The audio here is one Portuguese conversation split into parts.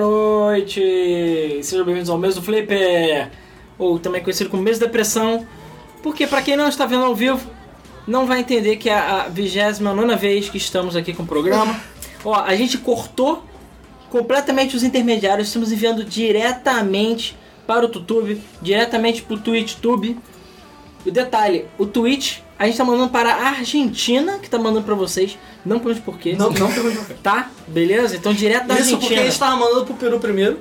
noite! Sejam bem-vindos ao Mês do Flipper, ou também conhecido como Mês da Depressão, porque para quem não está vendo ao vivo, não vai entender que é a 29 vez que estamos aqui com o programa. Uhum. Ó, a gente cortou completamente os intermediários, estamos enviando diretamente para o YouTube, diretamente para o TwitchTube. E detalhe, o Twitch a gente tá mandando para a Argentina, que tá mandando para vocês. Não pergunte por quê. Não, não pergunte por quê. Tá? Beleza? Então direto da Isso porque Argentina. a gente tava mandando pro Peru primeiro.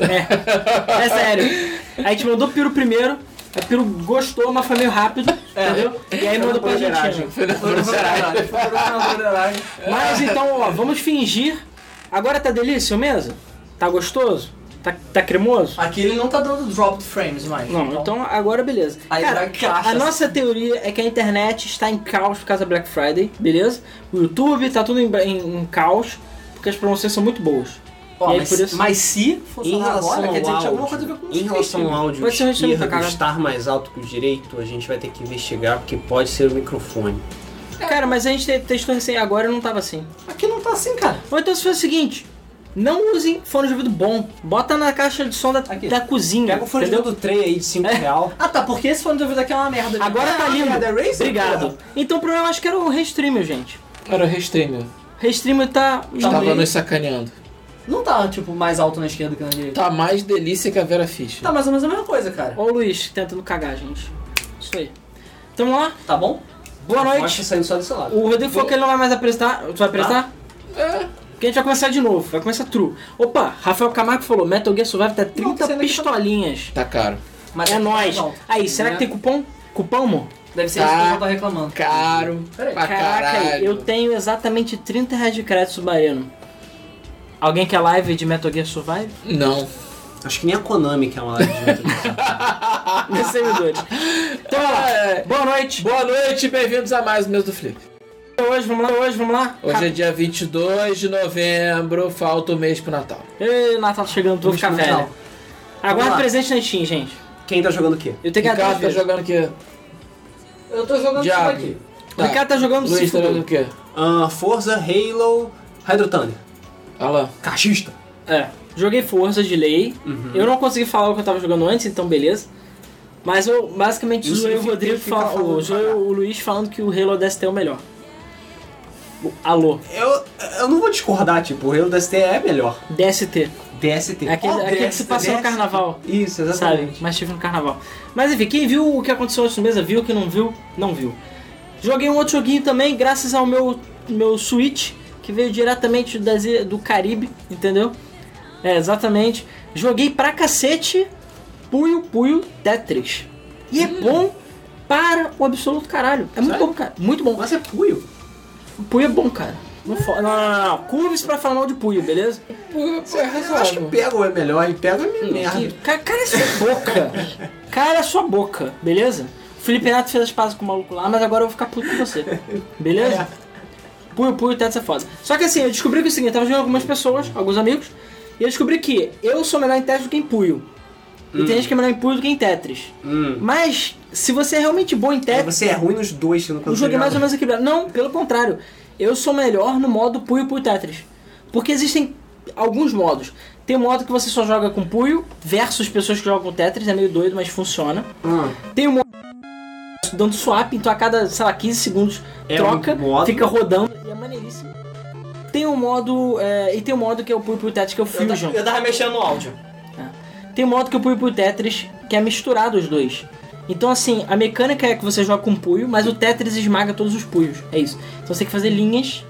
É sério. A gente mandou o Piro primeiro, a Piro gostou, mas foi meio rápido, É. entendeu? E aí mandou pra Argentina. Mas então, ó, vamos fingir. Agora tá delícia o mesa? Tá gostoso? Tá, tá cremoso? Aqui ele não tá dando dropped frames mais. Não, então agora beleza. Aí Cara, vai caixa, a assim. nossa teoria é que a internet está em caos por causa da Black Friday, beleza? O YouTube tá tudo em, em- em caos, porque as promoções são muito boas. Ó, E aí, mas, por isso- mas se Em funcionar relação agora, ao quer dizer, tinha alguma áudio, coisa a ver com em relação ao áudio Pode ser um instrumento, esquerdo cara. estar mais alto que o direito, a gente vai ter que investigar porque pode ser o microfone. Cara, mas a gente te- testou recém agora e não tava assim. Aqui não tá assim, cara. Ou então se faz o seguinte: não usem fone de ouvido bom. Bota na caixa de som da, Aqui. da cozinha. Pega o fone de entendeu? ouvido do trem aí de É. 5 real. Ah tá, porque esse fone de ouvido aqui é uma merda. gente. Agora tá Ah, lindo. é da Razer, Obrigado. porra. Então o problema acho que era o Restreamer, gente. Cara, o Restreamer Restreamer tá. estava meio- nos sacaneando. Não tá, tipo, mais alto na esquerda que na direita. Tá mais delícia que a Vera Fischer. Tá mais ou menos a mesma coisa, cara. Ó o Luiz tentando cagar, gente. Isso aí. Então vamos lá. Tá bom? Boa Mostra noite. saindo só desse lado. O Rodrigo falou que ele não vai mais apresentar. Tu vai apresentar? Tá. É. Porque a gente vai começar de novo, vai começar true. Opa, Rafael Camargo falou, Metal Gear Survive tá Não, você 30 não quer- pistolinhas. Tá caro. Mas É nóis. Não. Né? é. Aí, será que tem cupom? Cupom, amor? Deve ser Tá. isso que o João tá reclamando. Caro Peraí. pra Caraca, caralho. eu tenho exatamente 30 reais de crédito submarino. Alguém quer live de Metal Gear Survive? Não. Acho que nem a Konami que é uma live de outro. Servidores. Então, ó, É. boa noite. Boa noite, bem-vindos a mais um Mês do Flip. Hoje, vamos lá, hoje, vamos lá. Hoje é dia 22 de novembro, falta um mês pro Natal. Ei, Natal tá chegando, vou ficar Vamos pro velho. Natal. Vamos Aguarda lá. presente na Steam, gente. Quem tá jogando o quê? Eu tenho que Ricardo adorar. tá jogando o quê? Eu tô jogando isso Diabo. aqui. O Ricardo tá jogando Luiz Luiz, tá jogando o quê? Ah, Forza, Halo, Hydro Thunder. Alan. Cachista. É. Joguei Força de Lei. Eu não consegui falar o que eu tava jogando antes, então beleza. Mas eu basicamente Isso zoei o significa Rodrigo que fica fala- falando o, zoei pra cá. o Luiz falando que o Halo DST é o melhor. O- Alô, Eu, eu não vou discordar, tipo, o Halo DST é melhor. DST. DST. É aquele, Qual é aquele que se DST? passa no carnaval. Isso, Sabe? exatamente. Mas tive no carnaval. Mas enfim, quem viu o que aconteceu antes do mesa, viu. Quem não viu, não viu. Joguei um outro joguinho também, graças ao meu, meu Switch, que veio diretamente das ilhas- do Caribe, entendeu? É, exatamente. Joguei pra cacete Puyo Puyo Tetris. E é bom para o absoluto caralho. É muito Hum. Sério? bom, cara. Muito bom. Mas é puio. Puyo é bom, cara. Não, fo- não, não, não, não. Curves pra falar mal de Puyo, beleza? Pô, pô, é Eu acho que razoável. Pego é melhor e Pego é minha Que- merda. Cara, cara, é sua boca. Cara, é sua boca, beleza? O Felipe Neto fez as pazes com o maluco lá, mas agora eu vou ficar puto com você. Beleza? Punho, punho, teto, é foda. Só que assim, eu descobri que é o seguinte, eu tava jogando com algumas pessoas, alguns amigos, e eu descobri que eu sou melhor em Tetris do que em Punho. E tem gente que é melhor em Punho do que em Tetris. Hum. Mas, se você é realmente bom em É, Tetris, você é ruim nos dois, quando o jogo é mais ou menos equilibrado. Não, pelo contrário. Eu sou melhor no modo Puyo Puyo Tetris. Porque existem alguns modos. Tem um modo que você só joga com Puyo versus pessoas que jogam com Tetris. É meio doido, mas funciona. Hum. Tem um modo dando swap, então a cada, sei lá, 15 segundos É troca, um modo- fica rodando. E é maneiríssimo. Tem um modo... é, e tem um modo que é o Puyo Puyo Tetris, que é o Eu, ta- Ah. Fusion. eu tava mexendo no áudio. Tem um modo que é o Puyo Puyo Tetris, que é misturado os dois. Então, assim, a mecânica é que você joga com Puyo, mas o Tetris esmaga todos os Puyos. É isso. Então você tem que fazer linhas.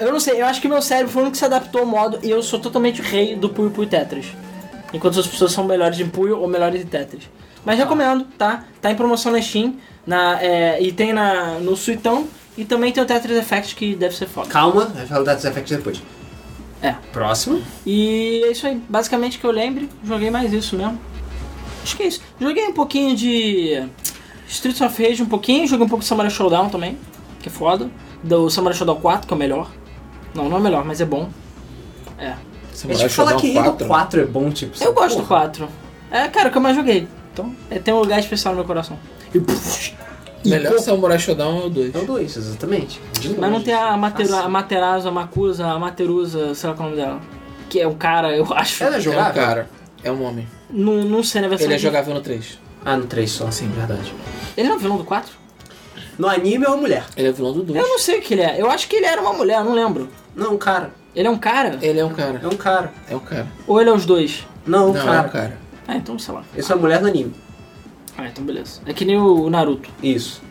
Eu não sei, eu acho que meu cérebro foi o único que se adaptou ao modo e eu sou totalmente o rei do Puyo Puyo Tetris. Enquanto as pessoas são melhores em Puyo ou melhores em Tetris. Mas recomendo, tá? Tá em promoção na Steam na, é, e tem na, no Suitão. E também tem o Tetris Effect que deve ser foda. Calma, vai falar dos effects depois. É. Próximo. E é isso aí, basicamente que eu lembre, joguei mais isso mesmo. Acho que é isso. Joguei um pouquinho de Streets of Rage um pouquinho, joguei um pouco de Samurai Showdown também, que é foda. Do Samurai Showdown 4, que é o melhor. Não, não é o melhor, mas é bom. É. É Samurai tipo falar Shodown que Halo 4. 4 é bom, tipo. Eu gosto do porra. 4. É, cara, o que eu mais joguei. Então, é, tem um lugar especial no meu coração. E, puf, Melhor Samurai Shodown é o 2. É o 2, exatamente. De mas não longe. tem a, Matera, Assim. a Materazo, a Macusa, a Materusa, sei lá qual é o nome dela. que é um cara, eu acho. Ela é É um jogável? cara. É um homem. Não, não sei na versão. Ele é do- jogável no 3. Ah, no 3 só. Sim. verdade. assim. Ele não é o vilão do 4? No anime é uma mulher. Ele é vilão do 2. Eu não sei o que ele é. Eu acho que ele era uma mulher, não lembro. Não, um cara. Ele é um cara? Ele é um cara. É um cara. É um cara. Ou ele é os dois? Não, um não, é cara. um cara. Ah, então sei lá. Isso é uma mulher no anime. Ah, então beleza. É que nem o Naruto. Isso.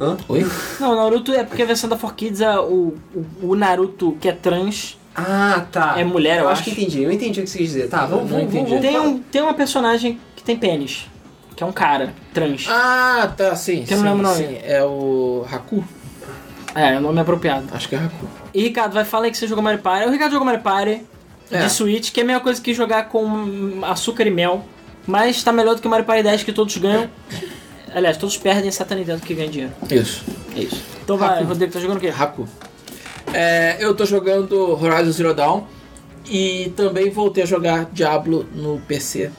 Hã? Oi? Não, o Naruto é porque a versão da 4Kids, a- o, o, o Naruto que é trans. Ah, tá. É mulher, eu eu acho. que acho. entendi. Eu entendi o que você quis dizer. Tá, vamos, Não vamos, vamos, entendi. vamos Tem, falar. um, tem uma personagem que tem pênis, que é um cara trans. Ah, tá, sim. Que eu sim, não lembro o um nome. sim. É o Haku? É, é o nome apropriado. Acho que é Haku. E Ricardo, vai falar aí que você jogou Mario Party. O Ricardo jogou Mario Party É. de Switch, que é a mesma coisa que jogar com açúcar e mel. Mas tá melhor do que o Mario Party 10 que todos ganham. Aliás, todos perdem exceto a Nintendo que ganha dinheiro. Isso. É isso. Então vai, Rápido. Rodrigo, tá jogando o quê? Haku. É, eu tô jogando Horizon Zero Dawn e também voltei a jogar Diablo no PC.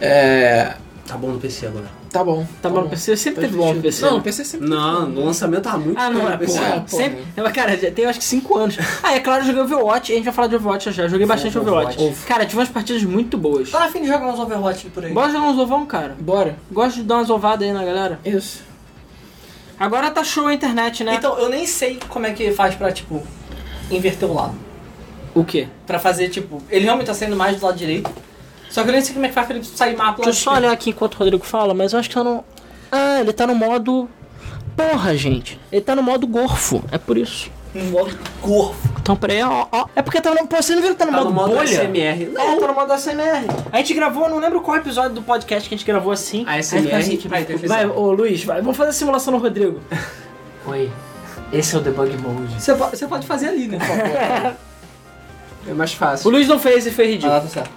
É, Tá bom no PC agora. tá bom. Tá bom no PC? Sempre teve bom no divertido. PC, Não, né? no PC sempre. Não, no lançamento tá muito Ah, não, bom é, no PC. porra. porra. Sempre. Mas, Cara, já tem acho que 5 anos. Ah, é claro, eu joguei Overwatch, a gente vai falar de Overwatch já já. Eu Joguei bastante Overwatch. Overwatch. Cara, tive umas partidas muito boas. Tá afim de jogar uns Overwatch por aí. Bora jogar uns ovão, cara. Bora. Gosto de dar umas ovadas aí na galera. Isso. Agora tá show a internet, né? Então, eu nem sei como é que faz pra, tipo, inverter o lado. O quê? Pra fazer, tipo, ele realmente tá saindo mais do lado direito. Só que eu nem sei como é que faz pra ele sair mais pro Deixa lado eu só esquerdo. olhar aqui enquanto o Rodrigo fala, mas eu acho que tá no. Ah, ele tá no modo. Porra, gente. Ele tá no modo gorfo. É por isso. Um modo corvo. Então, peraí, ó, ó. É porque tá no. Pô, você não viu que tá no Tá modo no modo bolha? SMR. É, tá no modo ASMR. A gente gravou, não lembro qual episódio do podcast que a gente gravou assim. A Aí fica assim, SMR. tipo, Vai, tem Vai, ô Luiz, vai. Vamos fazer a simulação no Rodrigo. Oi, esse é o debug mode. Você po- você pode fazer ali, né? Por favor. É mais O fácil. Luiz não fez e foi Ah, ridículo. lá, tá certo.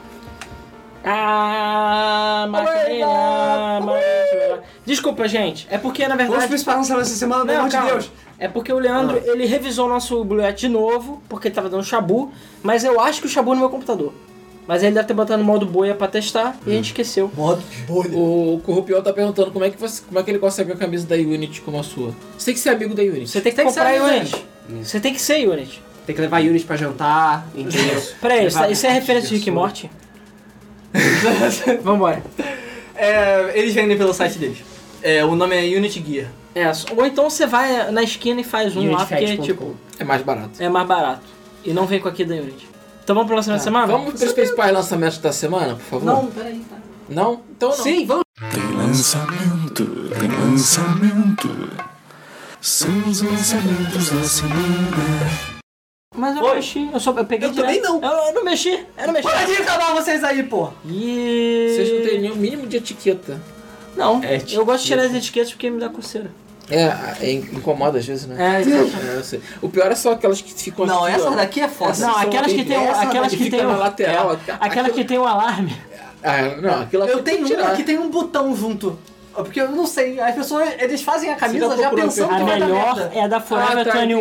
Ah, Macarena, Macarena. Desculpa, gente. É porque, na Vamos verdade... principal lançamento essa semana, pelo amor de calma. Deus. É porque o Leandro, ele revisou o nosso Bluet de novo, porque ele tava dando chabu, mas eu acho que o chabu é no meu computador. Mas ele deve ter botado no modo boia pra testar e a gente esqueceu. Modo bolha. O Corrupião tá perguntando como é, que você, como é que ele consegue a camisa da Unity como a sua. Você tem que ser amigo da Unity. Você tem que comprar ser a Unity. Unity. Você tem que ser Unity. Tem que levar Unity pra jantar, entendeu? Peraí, Levar isso, isso é um referência de Rick e pessoa. Morty? Vambora. É, eles vendem pelo site deles. É, o nome é Unity Gear. É, ou então você vai na esquina e faz um lá, porque Unitfest.com. tipo, É mais barato. é mais barato. E não vem com aqui da Unity. Então vamos pro lançamento da semana? Vamos pros principais lançamentos da semana, por favor? Não, peraí. Tá. Não? Então não. Sim, vamos. Tem lançamento, tem lançamento. São os lançamentos da semana. Mas eu não Oi. mexi, eu só eu peguei Eu direto. também não. Eu, eu não mexi, eu não mexi. Para de acabar vocês aí, pô. E... Vocês não têm nenhum mínimo de etiqueta. Não, É, eu gosto de tirar as etiquetas porque me dá coceira. É, é, incomoda às vezes, né? É, então- É, eu sei. O pior é só aquelas que ficam Não, assim, ó. essa daqui é foda. Não, aquelas que horrível. tem, o- Essa né, aquelas que que fica tem, o- na lateral, é, aquela- aquela que tem o alarme. Ah, não, aquilo Eu tenho uma que tá que tem um botão junto. Porque eu não sei, as pessoas, eles fazem a camisa Você tá já procurando pensando A que vai dar melhor merda. é a da Forever Ah, tá, 21.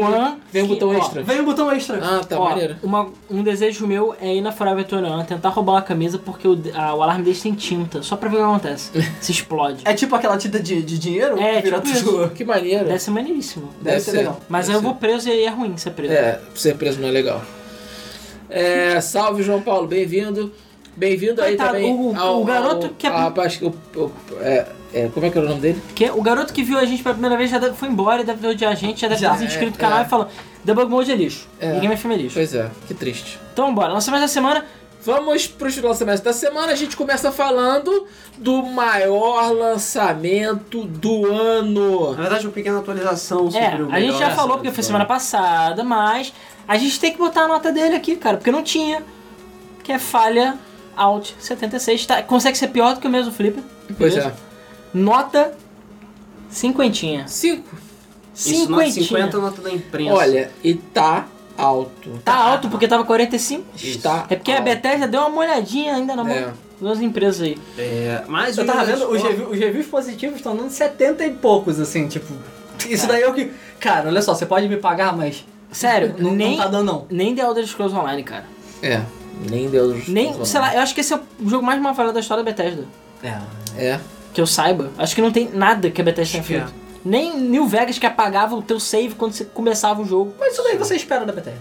Vem o que- botão ó, extra. Vem um botão extra. Ah, tá, Ó, maneiro. uma- um desejo meu é ir na Forever 21 tentar roubar uma camisa porque o, a- o alarme deles tem tinta, só pra ver o que acontece. Se explode. É tipo aquela tinta de, de dinheiro É, que vira tipo isso. tijolo. Que maneiro. Deve ser maneiríssimo. deve ser legal. Mas aí deve eu vou preso e aí é ruim ser ser. preso. É, ser preso não é legal. É, salve, João Paulo, bem-vindo. Bem-vindo aí Coitado, também. o- o garoto que é- ao rapaz que o- o- é, é, como é que era o nome dele? Porque o garoto que viu a gente pela primeira vez já deve- foi embora, deve ter odiado a gente, já deve Já, ter se inscrito no é, canal é. e falou: Debug Mode é lixo. É. Ninguém me filme é lixo. Pois é, que triste. Então bora, lançamento da semana. Vamos para os lançamentos da semana. A gente começa falando do maior lançamento do ano. Na verdade, uma pequena atualização sobre É, o a gente já melhor falou porque foi semana passada, mas a gente tem que botar a nota dele aqui, cara, porque não tinha. Que é falha Alt 76. Tá, consegue ser pior do que o mesmo Flipper. Pois beleza? é. Nota cinquentinha. Cinco. Isso, nota Cinquentinha. 50 nota da imprensa. Olha, e tá alto. Tá alto porque tava 45. Isso. Está É porque a Tá alto. Bethesda deu uma olhadinha ainda na mão. É. Duas empresas aí. É, mas Eu o tava Unity vendo, os, Store- review- os reviews positivos estão dando 70 e poucos, assim, tipo. Isso daí é o que. Cara, olha só, você pode me pagar, mas. Sério, Não, nem, não tá dando, não. nem The Elder Scrolls Online, cara. É, nem Deus. Nem, sei lá, eu acho que esse é o jogo mais mal falado da história da Bethesda. É. É. Que eu saiba. Acho que não tem nada que a Bethesda tenha Acho que é. feito. Nem New Vegas que apagava o teu save quando você começava o jogo. Mas isso daí você espera da PT.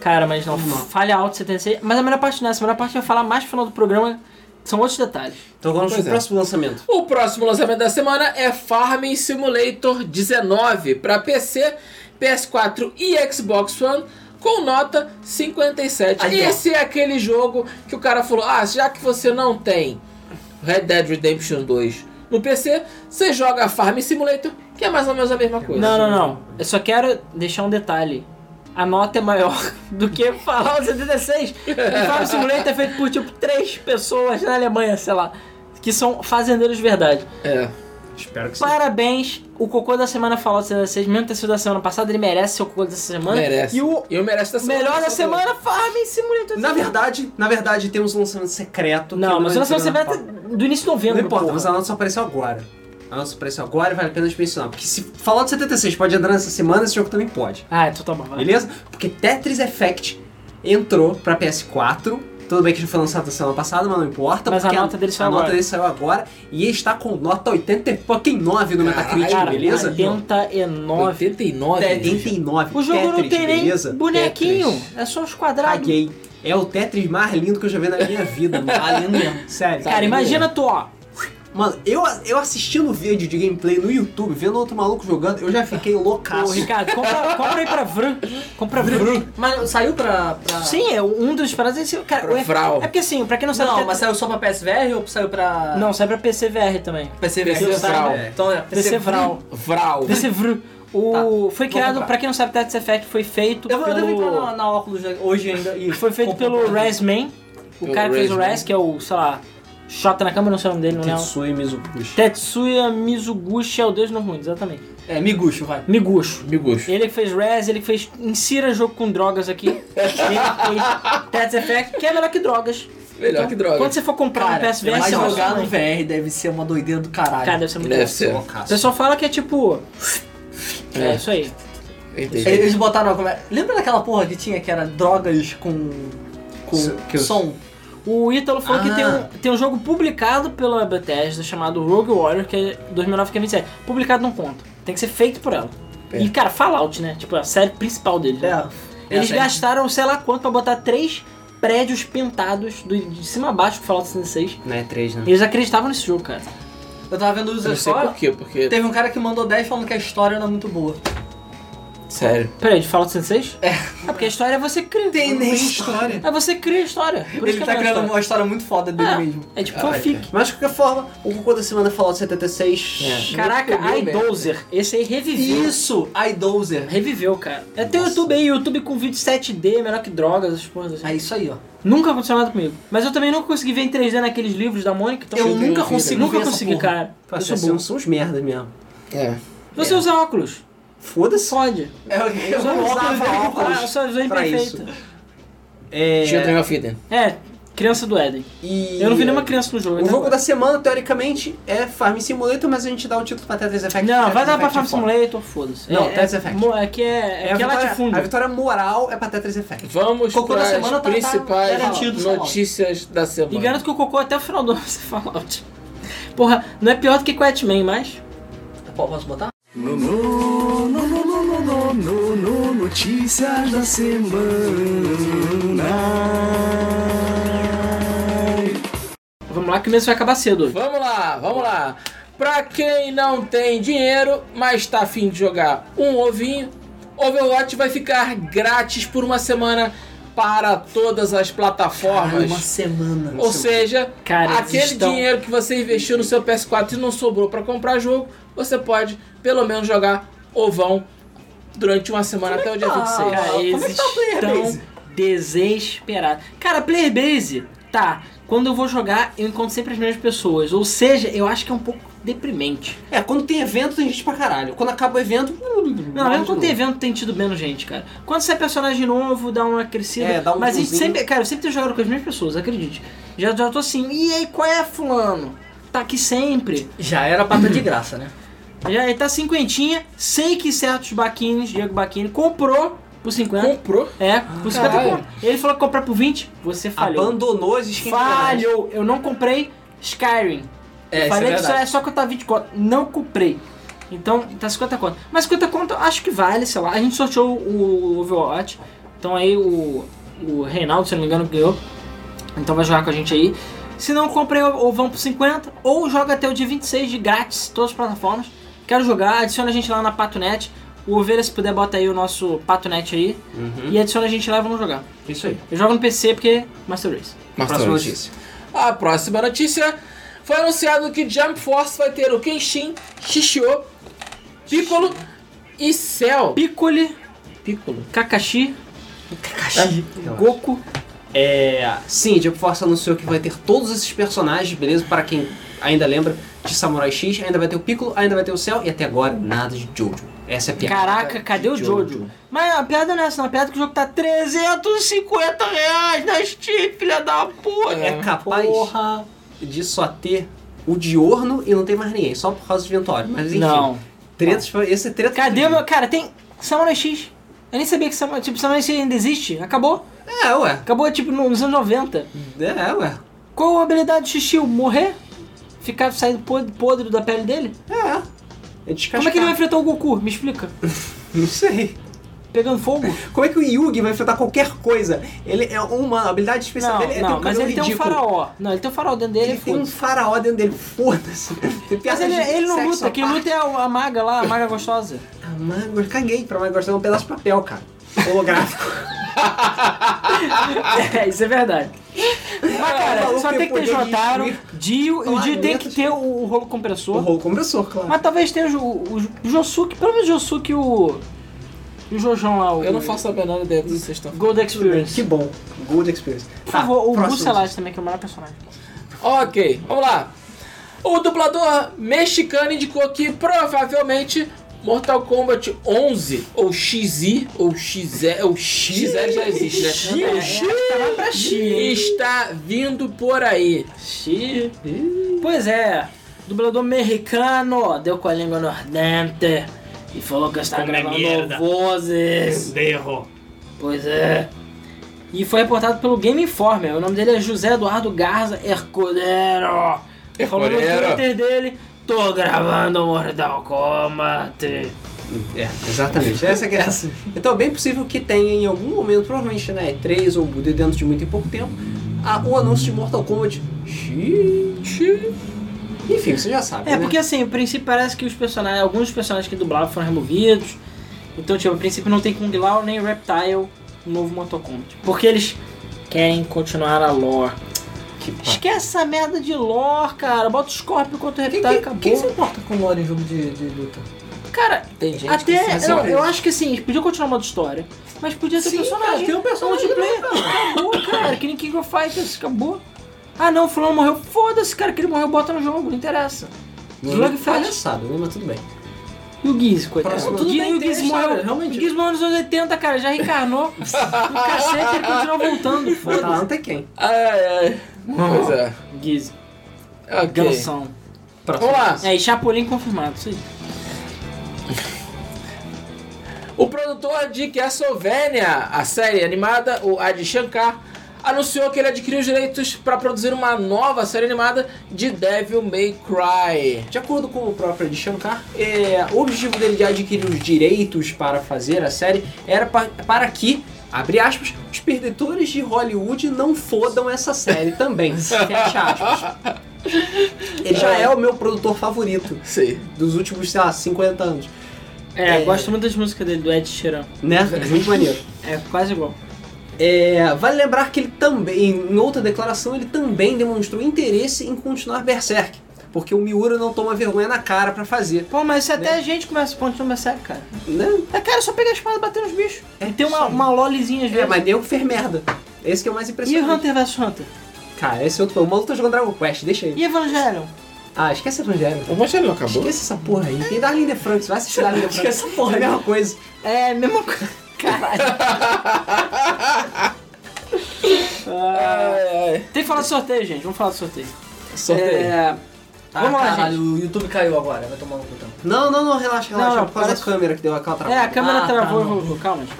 Cara, mas não. Falha alto 76. Mas a melhor parte não é essa. A melhor parte que eu vou falar mais no final do programa. São outros detalhes. Então vamos Pois pro é. próximo lançamento. O próximo lançamento da semana é Farming Simulator 19 para PC, PS4 e Xbox One com nota 57. Aí, ó. Esse é aquele jogo que o cara falou: "Ah, já que você não tem Red Dead Redemption 2 no PC, você joga Farming Simulator, que é mais ou menos a mesma coisa". é. Não, não, não. Eu só quero deixar um detalhe. A nota é maior do que falar o 76. E Fábio Simulator é feito por tipo três pessoas na Alemanha, sei lá. Que são fazendeiros de verdade. É. Espero que sim. Parabéns, o cocô da semana Fallout 76, mesmo ter sido da semana passada, ele merece ser o cocô dessa semana. Merece. E o eu mereço é da semana. melhor da passada. semana, Farming Simulator. Na verdade, na verdade, temos um lançamento secreto. que Não, mas o vai ser lançamento na- secreto é do início de novembro. Não importa, porra. mas a nota só apareceu agora. A nota só apareceu agora e vale a pena a gente mencionar. Porque se falar de 76 pode entrar nessa semana, esse jogo também pode. Ah, então tá bom, vai. Beleza? Porque Tetris Effect entrou pra PS4. Tudo bem que já foi lançado na semana passada, mas não importa. Mas a porque nota dele saiu a nota agora. dele saiu agora e está com nota 89 no Metacritic, Cara, é beleza? 89. 89. 89. O jogo Tetris, não tem nem beleza? bonequinho, é só uns quadrados. Caguei. É o Tetris mais lindo que eu já vi na minha vida, mano. Ah, lindo mesmo. Sério. Cara, imagina tu, ó. Mano, eu, eu assistindo vídeo de gameplay no YouTube, vendo outro maluco jogando, eu já fiquei Ô, loucaço. Ricardo, compra, compra aí pra Vran. Compra Vran. Mas saiu pra. pra... Sim, é um dos paradas. é esse- Cara, Pra é, Vral. é porque assim, pra quem não sabe. Não, Tet- mas saiu só pra PSVR ou saiu pra. Não, sai pra PC VR também. PCV. PC Vral. Então é. PC Vral. Vral. PC Vral. Tá, O, foi criado, comprar. pra quem não sabe, Tetris Effect foi feito Eu, vou- eu devo entrar pelo. na, na óculos hoje ainda. E Foi feito comprar. pelo Resman. O Pelo cara que fez o Resman. Res, que é o, sei lá, Shota na câmera, não sei o nome dele, não é? Tetsui Mizukushi. Tetsuya Mizuguchi é o Deus não ruim, exatamente. É, miguxo, vai. Miguxo. Me gosto. Ele que fez Res, ele que fez Insira Jogo com Drogas aqui. ele fez Tetris Effect, que é melhor que drogas. Melhor que droga. Quando você for comprar um PSVR, é mas você vai jogar jogar no VR deve ser uma doideira do caralho. Cara, deve ser muito Deve bom. ser. O Loucaço. pessoal fala que é tipo. É, É. isso aí. Entendi. Eles botaram. Como é? Lembra daquela porra que tinha que era drogas com. com Se- que eu- som? O Ítalo falou que Ah. tem um, tem um jogo publicado pela Bethesda chamado Rogue Warrior, que é 2009 que é 27. Publicado não conta. Tem que ser feito por ela. É. E, cara, Fallout, né? Tipo, a série principal deles. né? É. Eles Essa aí. gastaram sei lá quanto pra botar três prédios pintados do, de cima a baixo do Fallout 66. Não é 3, né? Eles acreditavam nesse jogo, cara. Eu tava vendo o Eu User não sei Score. por quê, porque. Teve um cara que mandou 10 falando que a história não é muito boa. Sério. Peraí, de Fallout 66? É. porque a história é você cria. Tem nem história. É você cria a história. Por isso Ele que tá é a melhor criando história. uma história muito foda dele É. mesmo. É tipo fanfic. Mas de qualquer forma, o Cocô da Semana é Fallout 76. Caraca, Meu Deus, iDozer. Esse aí reviveu. Isso, iDozer. Reviveu, cara. É tem o YouTube aí, YouTube com vídeo 7D, melhor que drogas, essas coisas assim. É isso aí, ó. Nunca aconteceu nada comigo. Mas eu também nunca consegui ver em 3D naqueles livros da Mônica. Então Eu nunca vi, consigo Nunca ver essa consegui, porra. cara. Eu Nossa, sou são, burro. são uns merdas mesmo. É. Você usa óculos. Foda-se. Pode. É o que Eu só usava usava óculos óculos. Eu só usei pra imperfeito. É, Children of Eden. É, criança do Éden. e- Eu não vi nenhuma criança no jogo. é. O até jogo agora. da semana, teoricamente, é Farm Simulator, mas a gente dá o título pra Tetris Effect. Não, Tetris vai dar pra Effect Farm é foda. Simulator, foda-se. Não, É- é- Tetris Effect. mo- É que é, É é a que é vitória, a latifúndio. vitória moral é pra Tetris Effect. Vamos Cocô da para semana as tá- tá principais garantido, sei lá. notícias da semana. E garanto que o cocô até o final do ano vai ser Fallout. Porra, não é pior do que Quetman, mas. Posso botar? No, no, no, no, no, no, no, no, no, notícias da semana. Vamos lá que o mês vai acabar cedo hoje. Vamos lá, vamos lá. Pra quem não tem dinheiro, mas tá afim de jogar um ovinho, Overwatch vai ficar grátis por uma semana para todas as Ah, plataformas. Uma semana. Ou seja, Cara, eles aquele estão- dinheiro que você investiu no seu PS4 e não sobrou pra comprar jogo, você pode pelo menos jogar ovão durante uma é semana até tá? o dia Ah, é 26. tá Cara, eles estão desesperados. Cara, Playerbase, tá. Quando eu vou jogar, eu encontro sempre as mesmas pessoas. Ou seja, eu acho que é um pouco deprimente. É, quando tem evento tem gente pra caralho. Quando acaba o evento. Não, mesmo quando tem tem evento, tem tido menos gente, cara. Quando sai personagem novo, dá uma crescida. É, dá um Mas a gente zoomzinho. sempre, cara, eu sempre tenho jogado com as mesmas pessoas, acredite. Já, já tô assim, e aí, qual é, fulano? Tá aqui sempre. Já era pra dar de graça, né? Já ele tá cinquentinha, sei que certos baquines, Diego Baquini, comprou por 50. Comprou? É, Ah, por 50 Caralho. conto. Ele falou que comprar por 20, você falhou. Abandonou as skins originais. Falhou, eu não comprei Skyrim. É, Falei que isso só é é só que eu tava 20 conto. Não comprei. Então, tá 50 conto. Mas 50 conto eu acho que vale, sei lá. A gente sorteou o Overwatch. Então aí o, o Reinaldo, se eu não me engano, ganhou. Então vai jogar com a gente aí. Se não, comprei ou vão pro 50, ou joga até o dia 26 de grátis, todas as plataformas. Quero jogar, adiciona a gente lá na Patonet. O Ovelha, se puder, bota aí o nosso Patonet aí. Uhum. E adiciona a gente lá e vamos jogar. Isso aí. Eu jogo no PC porque Master Race. Próxima notícia. A próxima notícia foi anunciado que Jump Force vai ter o Kenshin, Shishio, Piccolo e Cell. Piccoli, Piccolo. Kakashi, Goku. É, sim, Jump Force anunciou que vai ter todos esses personagens, beleza? Para quem ainda lembra de Samurai X, ainda vai ter o Piccolo, ainda vai ter o Cell e até agora nada de Jojo. Essa é a piada. Caraca, cadê o Jojo? Mas a piada não é essa, não. a piada é que o jogo tá 350 reais na Steam, filha da puta. É capaz de só ter o Diorno e não tem mais ninguém, só por causa do inventório. Mas enfim, Não. tretas, foi- esse é treta. Cadê o meu. Cara, tem Samurai X. Eu nem sabia que Samurai, tipo, Samurai X ainda existe. Acabou. É, ué. Acabou, tipo, nos anos 90. É, ué. Qual a habilidade do Shishio? Morrer? Ficar saindo pod- podre da pele dele? É descascar. Como é que ele vai enfrentar o Goku? Me explica. Não sei. Pegando fogo? Como é que o Yugi vai enfrentar qualquer coisa? Ele é uma habilidade especial Não, dele. É ter não, um mas cabelo ele tem um ridículo. faraó. Não, ele tem um faraó dentro dele. Ele tem um foda-se. faraó dentro dele, foda-se. Tem Mas piada ele, de ele não sexo luta, à quem parte. luta é a, a maga lá, a maga gostosa. Ah, mano, eu caguei pra mais gostar de um pedaço de papel, cara. Holográfico. É, isso é verdade. Mas, cara, maluco só tem tem que ter poder de Jotaro, destruir Dio, e o Dio tem que planetas. ter o, o rolo o compressor. rolo compressor, claro. Mas talvez tenha o, Jo- o, Jo- o Josuke, pelo menos o Josuke e o. E o Jojão lá. O, Eu não faço a menor ideia do que vocês estão falando. Gold Tudo bem, que Experience. bom. Gold Experience. Por favor, o Tá, próximo. Brucelas também, que é o melhor personagem. Ok, vamos lá. O dublador mexicano indicou que provavelmente Mortal Kombat 11 ou XI ou XE ou XL já existe, né? Está vindo por aí. Xi. Pois é, dublador americano deu com a língua nordente e falou que está gravando vozes. Pois é. E foi reportado pelo Game Informer. O nome dele é José Eduardo Garza Herculero. Ele Falou no Herculero. Twitter dele: Tô gravando Mortal Kombat. É, exatamente. Essa que é essa. Então, bem possível que tenha em algum momento, provavelmente na E3 ou de dentro de muito pouco tempo, a- o anúncio de Mortal Kombat. Xiii. Enfim, você já sabe. É, né? porque assim, a princípio parece que os personagens, alguns dos personagens que dublavam foram removidos. Então, tipo, a princípio não tem Kung Lao nem Reptile no novo Mortal Kombat. Porque eles querem continuar a lore. Que pa- Esquece essa merda de lore, cara. Bota o Scorpion contra o Quem, Reptile e quem, acabou. quem se importa com lore em jogo de, de luta? Cara, Tem gente que até. se não, resolve. eu acho que assim, podia continuar o modo história. Mas podia ter um personagem. tem um personagem multiplayer. Acabou, cara. Que nem King of Fighters. Acabou. Ah, não, fulano morreu. Foda-se, cara. Que ele morreu, bota no jogo. Não interessa. Ninguém Slugfest. palhaçada, né? Mas tudo bem. E o Giz, coitado. Próximo. O Giz- Tudo bem, o Giz tem história, morreu. realmente. O Giz morreu nos anos 80, cara. Já reencarnou. o cacete, ele continua voltando. Mas tá lá, não Foda-se. tem quem. Ai, ai. Pois é. Giz. Ok. Gansão. Próximo. Vamos lá. É, e Chapolin confirmado. Isso aí. O produtor de Castlevania, a série animada, o Adi Shankar, anunciou que ele adquiriu os direitos para produzir uma nova série animada de Devil May Cry. De acordo com o próprio Ed Shankar, é, o objetivo dele de adquirir os direitos para fazer a série era pa- para que, abre aspas, os perdedores de Hollywood não fodam essa série também. Fecha aspas. Ele já é o meu produtor favorito Sim. dos últimos, sei lá, 50 anos. É, gosto muito das músicas dele, do Ed Sheeran. Né? Muito maneiro. É quase igual. É, vale lembrar que ele também, em outra declaração, ele também demonstrou interesse em continuar Berserk. Porque o Miura não toma vergonha na cara pra fazer. Pô, mas se até a gente começa ponto número 7, cara. Né? É, cara, é só pegar a espada e bater nos bichos. e tem uma, uma lolizinha às É, vezes. mas nego fez merda. Esse que é o mais E impressionante. Hunter vs Hunter? Cara, esse outro o maluco tá jogando Dragon Quest, deixa ele. E Evangelion? Ah, esquece Evangelho. O Evangelho não acabou? Esquece essa porra aí. Tem Darling de Franks, vai assistir Darling de Franks. Esquece essa porra. É a mesma coisa. É, mesma coisa. Caralho. Ai, ai. tem que falar de sorteio, gente. Vamos falar de sorteio. Sorteio. É, Vamos lá, Tá, caralho, gente. o YouTube caiu agora, vai tomar um botão. Não, não, não, relaxa, Não, relaxa. não, por causa parece- da câmera que deu aquela É, a travada. câmera Ah, travou tá, e voltou. Calma, gente.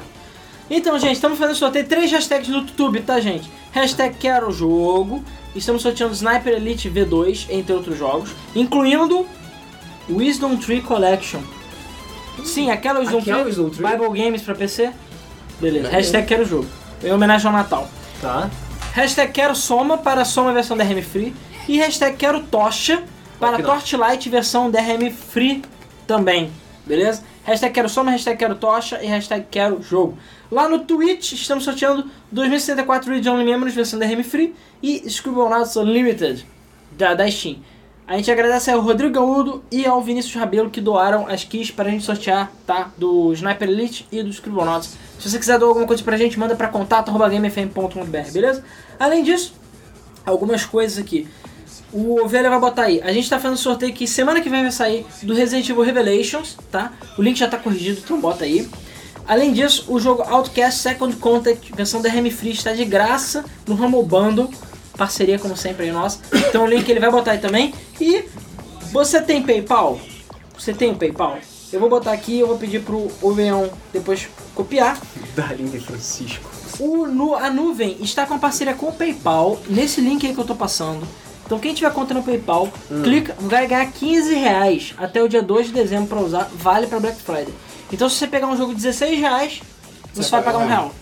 Então, gente, estamos fazendo sorteio. Três hashtags no YouTube, tá, gente? Hashtag quero jogo. Estamos sorteando Sniper Elite V2, entre outros jogos. Incluindo Wisdom Tree Collection. Sim, aquela Wisdom Aqui é o Tree. Wisdom Tree? Bible Games pra PC. Beleza. Hashtag quero o jogo. Em homenagem ao Natal. Tá. Hashtag quero soma para soma versão DRM Free. E hashtag quero tocha para Torchlight versão DRM Free também. Beleza? Hashtag quero soma, hashtag quero tocha e hashtag quero jogo. Lá no Twitch estamos sorteando 2064 Read Only Memories versão DRM Free e Scribblenauts Unlimited da, da Steam. A gente agradece ao Rodrigo Gaúdo e ao Vinícius Rabelo que doaram as keys pra gente sortear, tá? Do Sniper Elite e do Scribblenauts. Se você quiser doar alguma coisa pra gente, manda pra contato.gamefm.com.br, beleza? Além disso, algumas coisas aqui. O Ovelha vai botar aí. A gente tá fazendo sorteio que semana que vem vai sair do Resident Evil Revelations, tá? O link já tá corrigido, então bota aí. Além disso, o jogo Outcast Second Contact, versão DRM Free, está de graça no Humble Bundle. Parceria, como sempre, aí nossa. Então o link ele vai botar aí também. E você tem PayPal? Você tem o PayPal? Eu vou botar aqui, eu vou pedir pro Oveon depois copiar. Darlene Francisco. O Nu- a nuvem está com parceria com o PayPal nesse link aí que eu tô passando. Então quem tiver conta no PayPal, clica, vai ganhar 15 reais até o dia 2 de dezembro pra usar, vale pra Black Friday. Então se você pegar um jogo de 16 reais, você vai pagar um real.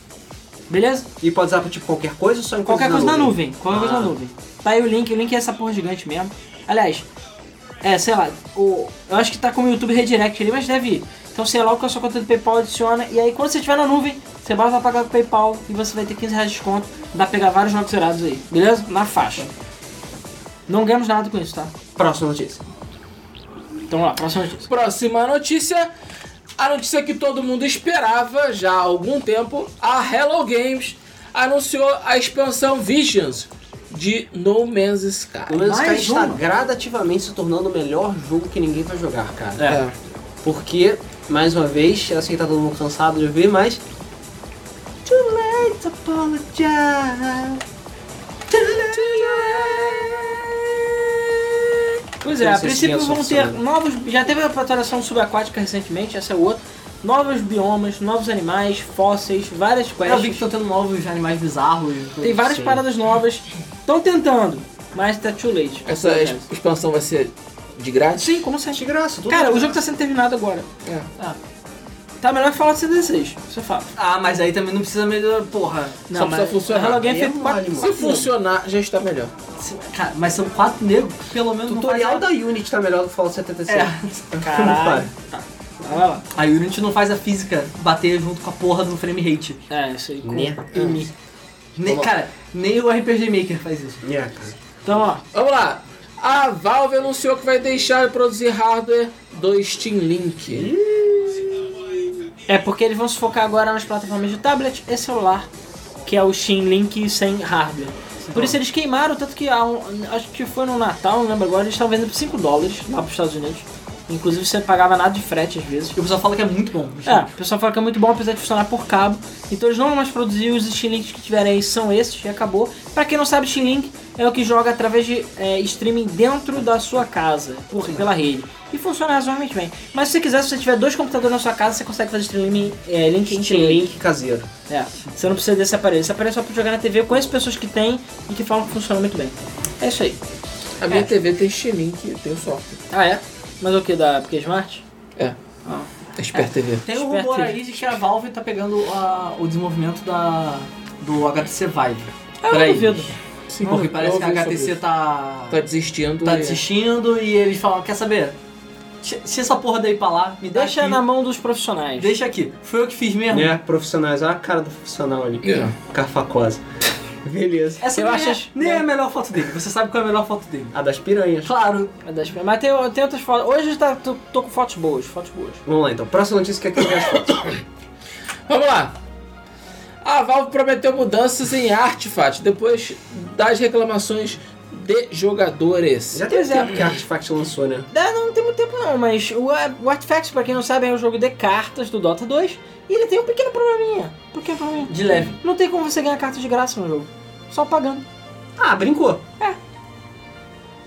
Beleza? E pode usar pra tipo qualquer coisa ou só em Qualquer coisa na nuvem. Qualquer coisa na Ah. nuvem. Tá aí o link, o link é essa porra gigante mesmo. Aliás, é, sei lá, o, eu acho que tá com o YouTube Redirect ali, mas deve ir. Então sei lá o que a sua conta do PayPal adiciona. E aí quando você estiver na nuvem, você basta pagar com o PayPal e você vai ter 15 reais de desconto. Dá pra pegar vários jogos zerados aí, beleza? Na faixa. Não ganhamos nada com isso, tá? Próxima notícia. Então vamos lá, próxima notícia. Próxima notícia. A notícia que todo mundo esperava já há algum tempo. A Hello Games anunciou a expansão Visions de No Man's Pelo Sky. menos o cara Mais está uma? gradativamente se tornando o melhor jogo que ninguém vai jogar, cara. É. Porque, mais uma vez, eu sei que tá todo mundo cansado de ouvir, mas. Too late to apologize. Too late. Pois é, Não a sei se princípio tinha vão essa ter opção, né? novos. Já teve a atualização subaquática recentemente, essa é outra. Novos biomas, novos animais, fósseis, várias É, Eu vi que quests. estão tendo novos animais bizarros. Tem várias Sim. paradas novas. Estão tentando, mas tá too late. Essa é Acontece. expansão vai ser de grátis? Sim, como sempre. De graça, tudo Cara, bem. o jogo tá sendo terminado agora. É. Ah. Tá melhor que Fallout 76, isso é fato. Ah, mas aí também não precisa melhorar, porra. Não, Só precisa mas funcionar. Hello Game Aí é fez quatro- mole, mano. Se funcionar, já está melhor. Se- Cara, mas são quatro negros, pelo menos O tutorial não faz da Unity tá melhor do que o Fallout 76. É. Caralho. Ah, vai lá. a... a Unity não faz a física bater junto com a porra do frame rate. É, isso aí. com- Né? Nem, cara, nem o RPG Maker faz isso. É, cara. Então, ó. Vamos lá. A Valve anunciou que vai deixar de produzir hardware do Steam Link. É porque eles vão se focar agora nas plataformas de tablet e celular, que é o Steam Link sem hardware. Por isso eles queimaram, tanto que há um- acho que foi no Natal, não lembro agora, eles estavam vendendo por 5 dólares lá para os Estados Unidos. Inclusive você pagava nada de frete às vezes. E o pessoal fala que é muito bom. É, o pessoal fala que é muito bom, apesar de funcionar por cabo. Então eles não vão mais produzir, os Steam Links que tiverem aí são esses e acabou. Pra quem não sabe, Steam Link é o que joga através de é, streaming dentro da sua casa, por, pela rede. E funciona razoavelmente bem. Mas se você quiser, se você tiver dois computadores na sua casa, você consegue fazer streaming é, Link em Steam Link. Link caseiro. É, você não precisa desse aparelho. Esse aparelho é só pra jogar na TV. Eu conheço pessoas que tem e que falam que funciona muito bem. É isso aí. A é. minha TV tem Steam Link, tem o software. Ah, é? Mas o que? Da PQ Smart? É. Ah. Expert TV. Tem um Esperto. rumor aí de que a Valve tá pegando a- o desenvolvimento da, do HTC Vive. Ah, Eu Pra não eles. duvido. Sim, Porque eu parece que a ouvi sobre HTC isso. tá, tá desistindo. tá e- desistindo e eles falam, quer saber? Ti- Tira essa porra daí pra lá, me Deixa deixa na mão dos profissionais. Deixa aqui. Foi eu que fiz mesmo. Né? Profissionais. Olha a cara do profissional ali. É. Carfacosa. Beleza. Essa Eu nem, acho é- as- nem é a melhor foto dele. Você sabe qual é a melhor foto dele. A das piranhas. Claro, É das- Mas tem, tem outras fotos. Hoje tá, tô, tô com fotos boas, fotos boas. Vamos lá então. Próxima notícia que é aquele das fotos. Vamos lá. A Valve prometeu mudanças em Artifact depois das reclamações de jogadores. Já tem Pois é. tempo que a Artifact lançou, né? É, não tem muito tempo não, mas o, o Artifact, pra quem não sabe, é um jogo de cartas do Dota 2 e ele tem um pequeno probleminha. Pequeno probleminha. de leve. Não tem como você ganhar cartas de graça no jogo. Só pagando. Ah, brincou.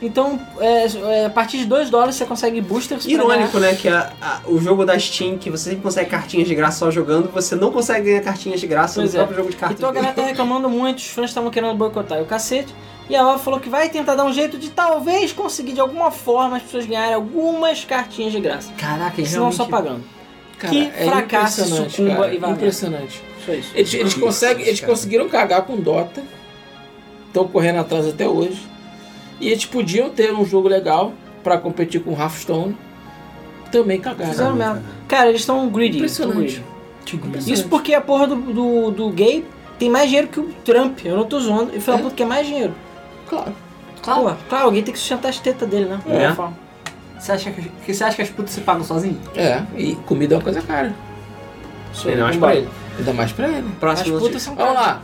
Então, é, é, a partir de 2 dólares você consegue boosters pra Irônico, ganhar. né? Que a- a- o jogo da Steam, que você sempre consegue cartinhas de graça só jogando, você não consegue ganhar cartinhas de graça Pois no é. próprio jogo de cartas. Então a galera tá reclamando muito, os fãs estavam querendo boicotar e o cacete. E a Valve falou que vai tentar dar um jeito de talvez conseguir de alguma forma as pessoas ganharem algumas cartinhas de graça. Caraca, Se não só realmente- pagando. Cara, é que fracasse, impressionante, sucumba cara, e vá. Impressionante. Só isso. Eles, eles, conseguem, eles conseguiram cagar com Dota. Estão correndo atrás até hoje. E eles podiam ter um jogo legal pra competir com o Hearthstone. Também Fizeram cagaram. merda. Cara, eles estão greedy. tão Impressionante. greedy. tipo, Isso porque a porra do, do, do gay tem mais dinheiro que o Trump. Eu não tô zoando. Ele fala, É. puto, quer mais dinheiro. Claro. Claro. Pô, claro, alguém tem que sustentar as tetas dele, né? É. Eu falo. Você acha que, que você acha que as putas se pagam sozinhas? É, e comida é uma coisa cara. Sou Ainda mais bombado. pra ele. Ainda mais pra ele. As Próximo putas são Vamos caras. lá.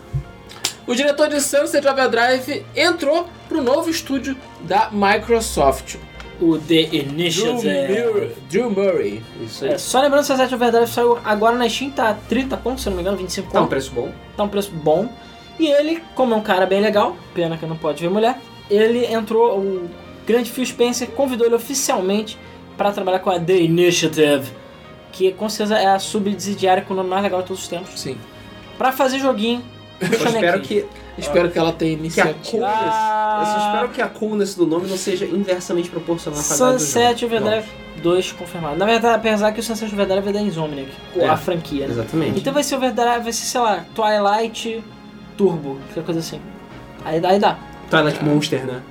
O diretor de Sunset Overdrive entrou pro novo estúdio da Microsoft. O The é. Drew Initiative. Murray. Drew Murray. Isso aí. É, só lembrando que o Sunset Overdrive saiu agora na Steam, tá 30 pontos, se eu não me engano, 25 Tá um pontos. preço bom. Tá um preço bom. E ele, como é um cara bem legal, pena que não pode ver mulher, ele entrou, o grande Phil Spencer convidou ele oficialmente pra trabalhar com a The Initiative, que com certeza é a subsidiária com o nome mais legal de todos os tempos, Sim. Pra fazer joguinho. Eu espero que, Espero que ela tenha que é a iniciativa. coolness. Eu só Ah, espero que a coolness do nome não seja inversamente proporcional à qualidade Sunset do jogo. Overdrive 2 confirmado. Na verdade, apesar que o Sunset Overdrive é da Insomniac, É. a franquia, né? Exatamente. Então vai ser Overdrive, vai ser, sei lá, Twilight Turbo, qualquer coisa assim. Aí dá, aí dá. Twilight Monster, né?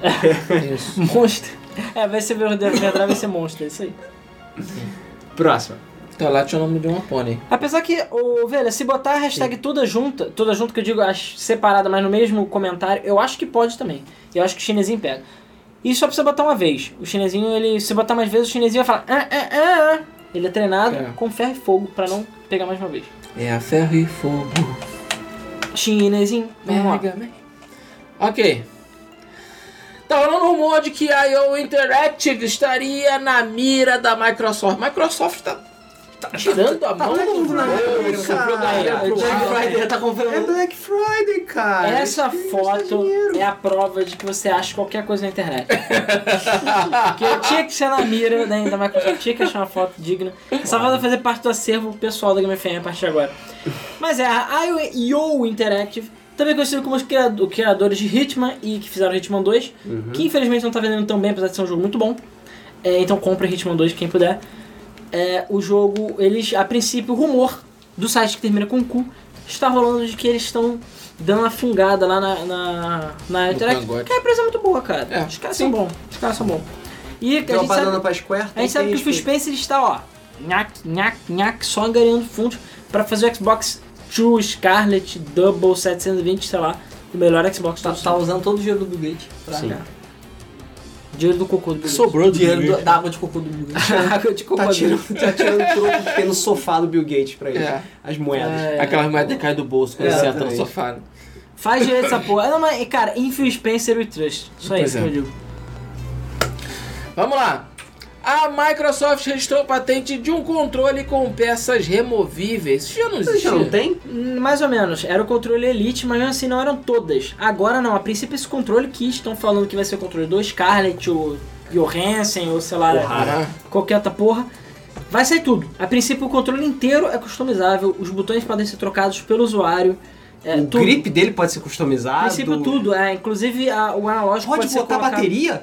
Isso. Monster. É, vai ser Overdrive, Overdrive vai ser Monster, é isso aí. Próxima. Twilight é o nome de uma pônei. Apesar que, ô, velho, se botar a hashtag toda junta, toda junta que eu digo as separada, mas no mesmo comentário, eu acho que pode também. Eu acho que o chinesinho pega. E só precisa botar uma vez. O chinesinho, ele, se botar mais vezes, o chinesinho vai falar. Ah, ah, ah, ah. Ele é treinado É. com ferro e fogo pra não pegar mais uma vez. É a ferro e fogo. Chinesinho, vamos lá. Mega Man. Ok. Tá rolando um rumor de que a IO Interactive estaria na mira da Microsoft. Microsoft tá, tá tirando a mão do bolo, sobrou da cara. mira pro Jack alto. Friday tá É comprando. Black Friday, cara. Essa Eles querem gastar foto dinheiro. é a prova de que você acha qualquer coisa na internet. Porque tinha que ser na mira né, da Microsoft, tinha que achar uma foto digna. Essa foto vai fazer parte do acervo pessoal da Game FM a partir de agora. Mas é, a IO Interactive, também conhecido como os criado- criadores de Hitman e que fizeram Hitman 2, que infelizmente não tá vendendo tão bem, apesar de ser um jogo muito bom. É, então compra Hitman 2 quem puder. É, o jogo, eles, a princípio, o rumor do site que termina com cu está rolando de que eles estão dando uma fungada lá na, na, na No Interact. cangote. Que a empresa é muito boa, cara. É, os caras são bons. Os caras são bons. E a gente, Deu uma sabe, banana pra Square. a gente sabe que o Phil Spencer está, ó, nhac, nhac, nhac, só angariando fundos para fazer o Xbox True Scarlet Double 720, sei lá, o melhor Xbox Tá, do tá usando todo o dinheiro do Bill Gates pra Sim. cá. Dinheiro do cocô é. do Bill Gates. Sobrou O dinheiro dinheiro. do- da água de cocô do Bill Gates. Água de cocô Tá do- tirando, tá tirando troco que tem no sofá do Bill Gates pra ele. É. As moedas. É. Aquelas mais decai do bolso quando É, você entra no também. sofá. né? Faz direito essa porra. Não, mas, cara, Infio Spencer e Trust. Só Pois isso é. que eu digo. Vamos lá. A Microsoft registrou patente de um controle com peças removíveis. Isso já não Você existe. já não tem? Hum, Mais ou menos. Era o controle Elite, mas mesmo assim não eram todas. Agora não. A princípio esse controle que estão falando que vai ser o controle do Scarlett, o Johansen, ou sei lá, né, Ah, qualquer outra porra. Vai sair tudo. A princípio o controle inteiro é customizável. Os botões podem ser trocados pelo usuário. É, o tudo. grip dele pode ser A customizado. princípio tudo. É, inclusive a- o analógico Pode, pode ser botar colocado- bateria?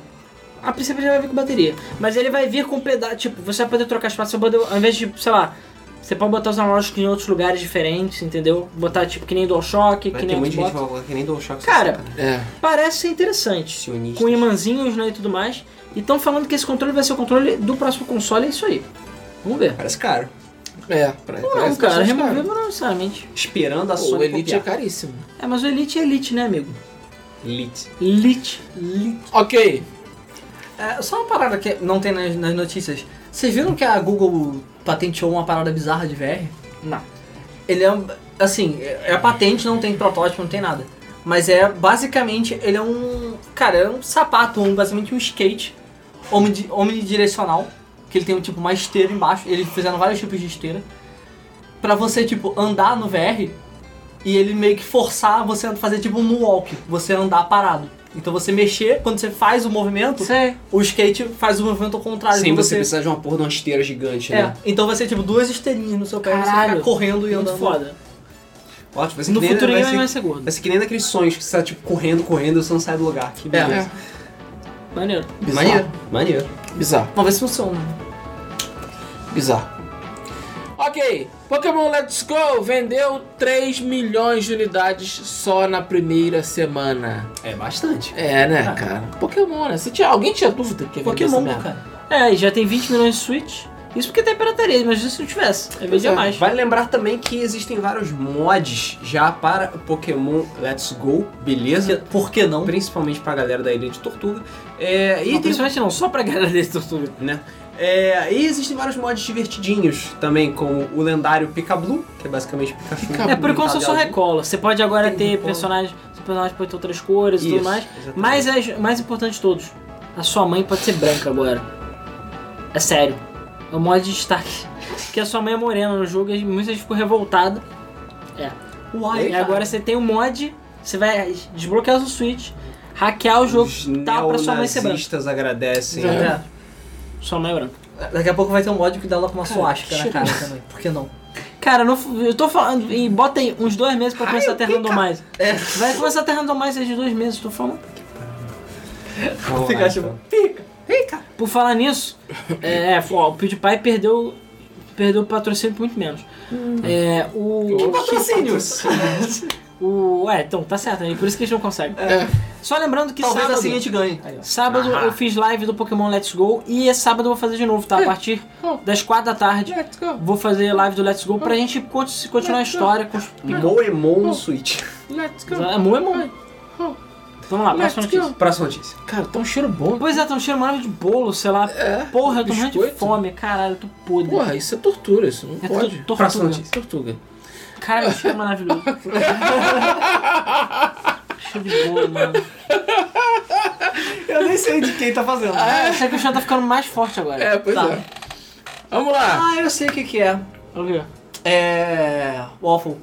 A princípio ele vai vir com bateria. Mas ele vai vir com pedaço. Tipo, você vai poder trocar espaço. Você pode, ao invés de, sei lá, você pode botar os analógicos em outros lugares diferentes, entendeu? Botar tipo que nem DualShock, Vai que ter nem muita gente que Xbox. vai falar que nem DualShock. Cara, É. parece ser interessante. Sionista. Com imãzinhos né, e tudo mais. E estão falando que esse controle vai ser o controle do próximo console, é isso aí. Vamos ver. Parece caro. É, pra, Ou não, parece cara, bastante caro. removível não necessariamente. Esperando a Pô, O Sony Elite é copiar. caríssimo. É, mas o Elite é Elite, né, amigo? Elite. Elite. Ok. É, só uma parada que não tem nas, nas notícias. Vocês viram que a Google patenteou uma parada bizarra de VR? Não. Ele é, um- assim, é é patente, não tem protótipo, não tem nada. Mas é, basicamente, ele é um, cara, é um sapato, um, basicamente um skate omnidi- omnidirecional, que ele tem, um tipo, uma esteira embaixo, eles fizeram vários tipos de esteira, pra você, tipo, andar no VR e ele meio que forçar você a fazer, tipo, um moonwalk, você andar parado. Então você mexer, quando você faz o movimento, o skate faz o movimento ao contrário. Sem então você precisar de uma porra de uma esteira gigante, É, né? então vai ser tipo duas esteirinhas no seu pé, você Caralho. ficar correndo e Muito andando. foda. Ótimo, tipo, vai ser No é que nem, futuro vai é ninguém ser- vai ser gordo. vai ser que nem naqueles sonhos que você tá, tipo, correndo, correndo e você não sai do lugar. É. Que beleza. Maneiro. Maneiro. Maneiro. Bizarro. Vamos ver se funciona. Bizarro. Ok, Ok, Pokémon Let's Go vendeu 3 milhões de unidades só na primeira semana. É bastante. É, né, cara? Pokémon, né? Você tinha, alguém tinha dúvida que ia vender essa Pokémon, merda? cara. É, e já tem 20 milhões de Switch. Isso porque tem pirataria, mas se não tivesse, aí vendia É, mais. Vale lembrar também que existem vários mods já para o Pokémon Let's Go, beleza? Por que não? Principalmente pra galera da Ilha de Tortuga. É, e Não, tem principalmente não, só pra galera desse tortura. né? É, e existem vários mods divertidinhos também, como o lendário Picablu, que é basicamente Pikachu. Picablu. É, por enquanto só pintado só de azul. recola. Você pode agora Tem ter recola. personagens, os personagens podem ter outras cores e tudo Isso, mais. exatamente. Mas é o mais importante de todos. A sua mãe pode ser branca agora. É sério. É o mod de destaque. Porque a sua mãe é morena no jogo e muita gente ficou revoltada. Uai, e cara. agora você tem um mod, você vai desbloquear o Switch, hackear o jogo, Os tá pra sua mãe ser branca. neonazistas agradecem. É. Sua mãe é branca. Daqui a pouco vai ter um mod que dá lá com uma suástica na cheiro. cara também. Por que não? Cara, não, f- eu tô falando, e bota aí uns dois meses pra começar a ter randomize. É. Vai começar a ter randomize de dois meses, tô falando. Vamos lá, Pikachu. então. Por falar nisso, é, ó, o PewDiePie perdeu perdeu o patrocínio por muito menos. Hum. É, o, Patrocínios! o. É, então, tá certo, né? por isso que eles não conseguem. É. Só lembrando que Talvez sábado. assim a gente ganhe. Sábado Ah. eu fiz live do Pokémon Let's Go e esse sábado eu vou fazer de novo, É. tá? A partir das quatro da tarde. Let's go, Vou fazer live do Let's Go pra gente conti- continuar a história com os. Moemon no Switch. let's go. É muito bom. Vamos lá, próxima Let's go. notícia. Próxima notícia. Cara, tá um cheiro bom. Pois é, tão cheiro maravilhoso de bolo, sei lá. É, Porra, eu tô morrendo de biscoito. fome, caralho, eu tô podre. Porra, isso é tortura, isso não É pode. é tu- tortura. Próxima notícia. Tortuga. Cara, que cheiro maravilhoso. cheiro de bolo, mano. Eu nem sei de quem tá fazendo. Ah, Será que o cheiro tá ficando mais forte agora? É, pois Tá. é. Vamos lá. Ah, eu sei o que que é. Olha aqui. É... Waffle.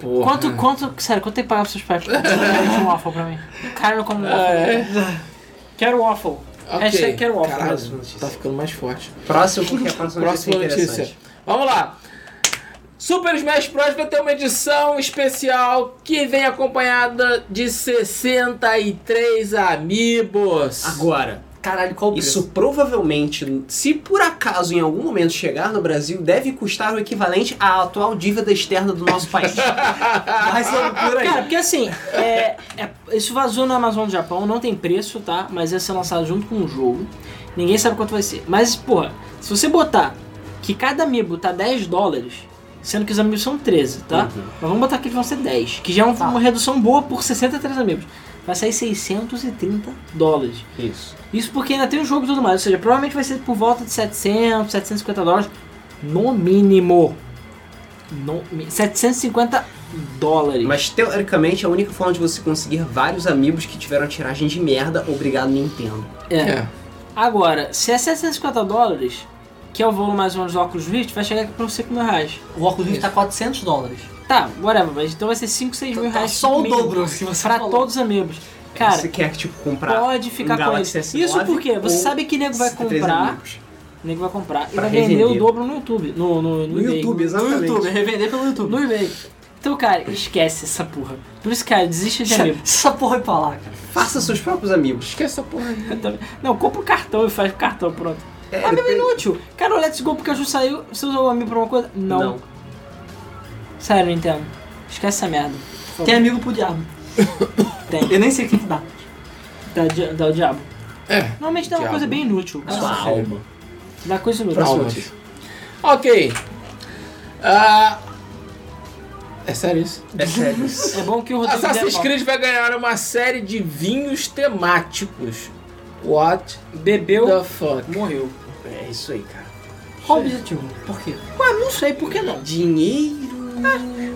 Porra. Quanto, quanto, sério, quanto tem que pagar pros seus pais pra fazer um waffle pra mim? Cara, eu como um waffle. é. Quero um waffle. Ok. Hashtag quero um waffle. Caralho, tá ficando mais forte. Próximo, porque a próxima, Próxima notícia é notícia. interessante. Vamos lá. Super Smash Bros. vai ter uma edição especial que vem acompanhada de 63 amigos. Agora, Caralho, qual o preço? isso provavelmente, se por acaso em algum momento chegar no Brasil, deve custar o equivalente à atual dívida externa do nosso país. Vai ser Ah, por aí. Cara, porque assim, é- é- isso vazou na Amazon do Japão, não tem preço, tá? Mas ia ser lançado junto com o jogo. Ninguém sabe quanto vai ser. Mas, porra, se você botar que cada amiibo tá 10 dólares, sendo que os amigos são 13, tá? Uhum, Mas vamos botar que eles vão ser 10, que já é um- Tá. uma redução boa por 63 amigos. Vai sair 630 dólares. Isso. Isso porque ainda tem o jogo e tudo mais, ou seja, provavelmente vai ser por volta de 700, 750 dólares, no mínimo. No, mi- 750 dólares. Mas teoricamente é a única forma de você conseguir vários amigos que tiveram tiragem de merda. Obrigado, Nintendo. É. É. Agora, se é 750 dólares, que é o valor mais ou menos do óculos Rift, vai chegar aqui pra uns 5 mil reais. O óculos Rift tá 400 dólares. Tá, whatever, mas então vai ser 5, 6 mil Tá reais. só no o mínimo, dobro se você Pra falou. todos os amigos. Cara, você quer tipo comprar pode ficar com Galaxy ele. S9 Isso porque você ou sabe que nego vai 63 comprar, amigos. nego vai comprar e Pra vai vender o revender. dobro no YouTube. No, no, no, No eBay. YouTube, No exatamente. YouTube, é revender pelo YouTube. No eBay. Então, cara, esquece essa porra. Por isso, cara, desiste de amigo. Essa porra é pra lá, cara. Faça seus próprios amigos. Esqueça essa porra aí. Não, compra o cartão e faz o cartão, pronto. É, Ah, mesmo depende- inútil. Cara, o Let's Go Pikachu saiu. Você usou o amigo pra alguma coisa? Não. Não. Sério, Nintendo. Esquece essa merda. Tem amigo pro diabo. Tem. Eu nem sei o que que dá. Dá, o dia- dá o diabo. É. Normalmente dá uma Diabo. coisa bem inútil. Sua alma. Dá coisa inútil. Próxima Almas. notícia. Ok. Ah, é sério isso? É sério. É bom que o Rodrigo Assassin's der- Creed vai ganhar uma série de vinhos temáticos. What bebeu, the fuck? morreu. É isso aí, cara. Qual o objetivo? Por quê? Ué, não sei, por que não? Dinheiro.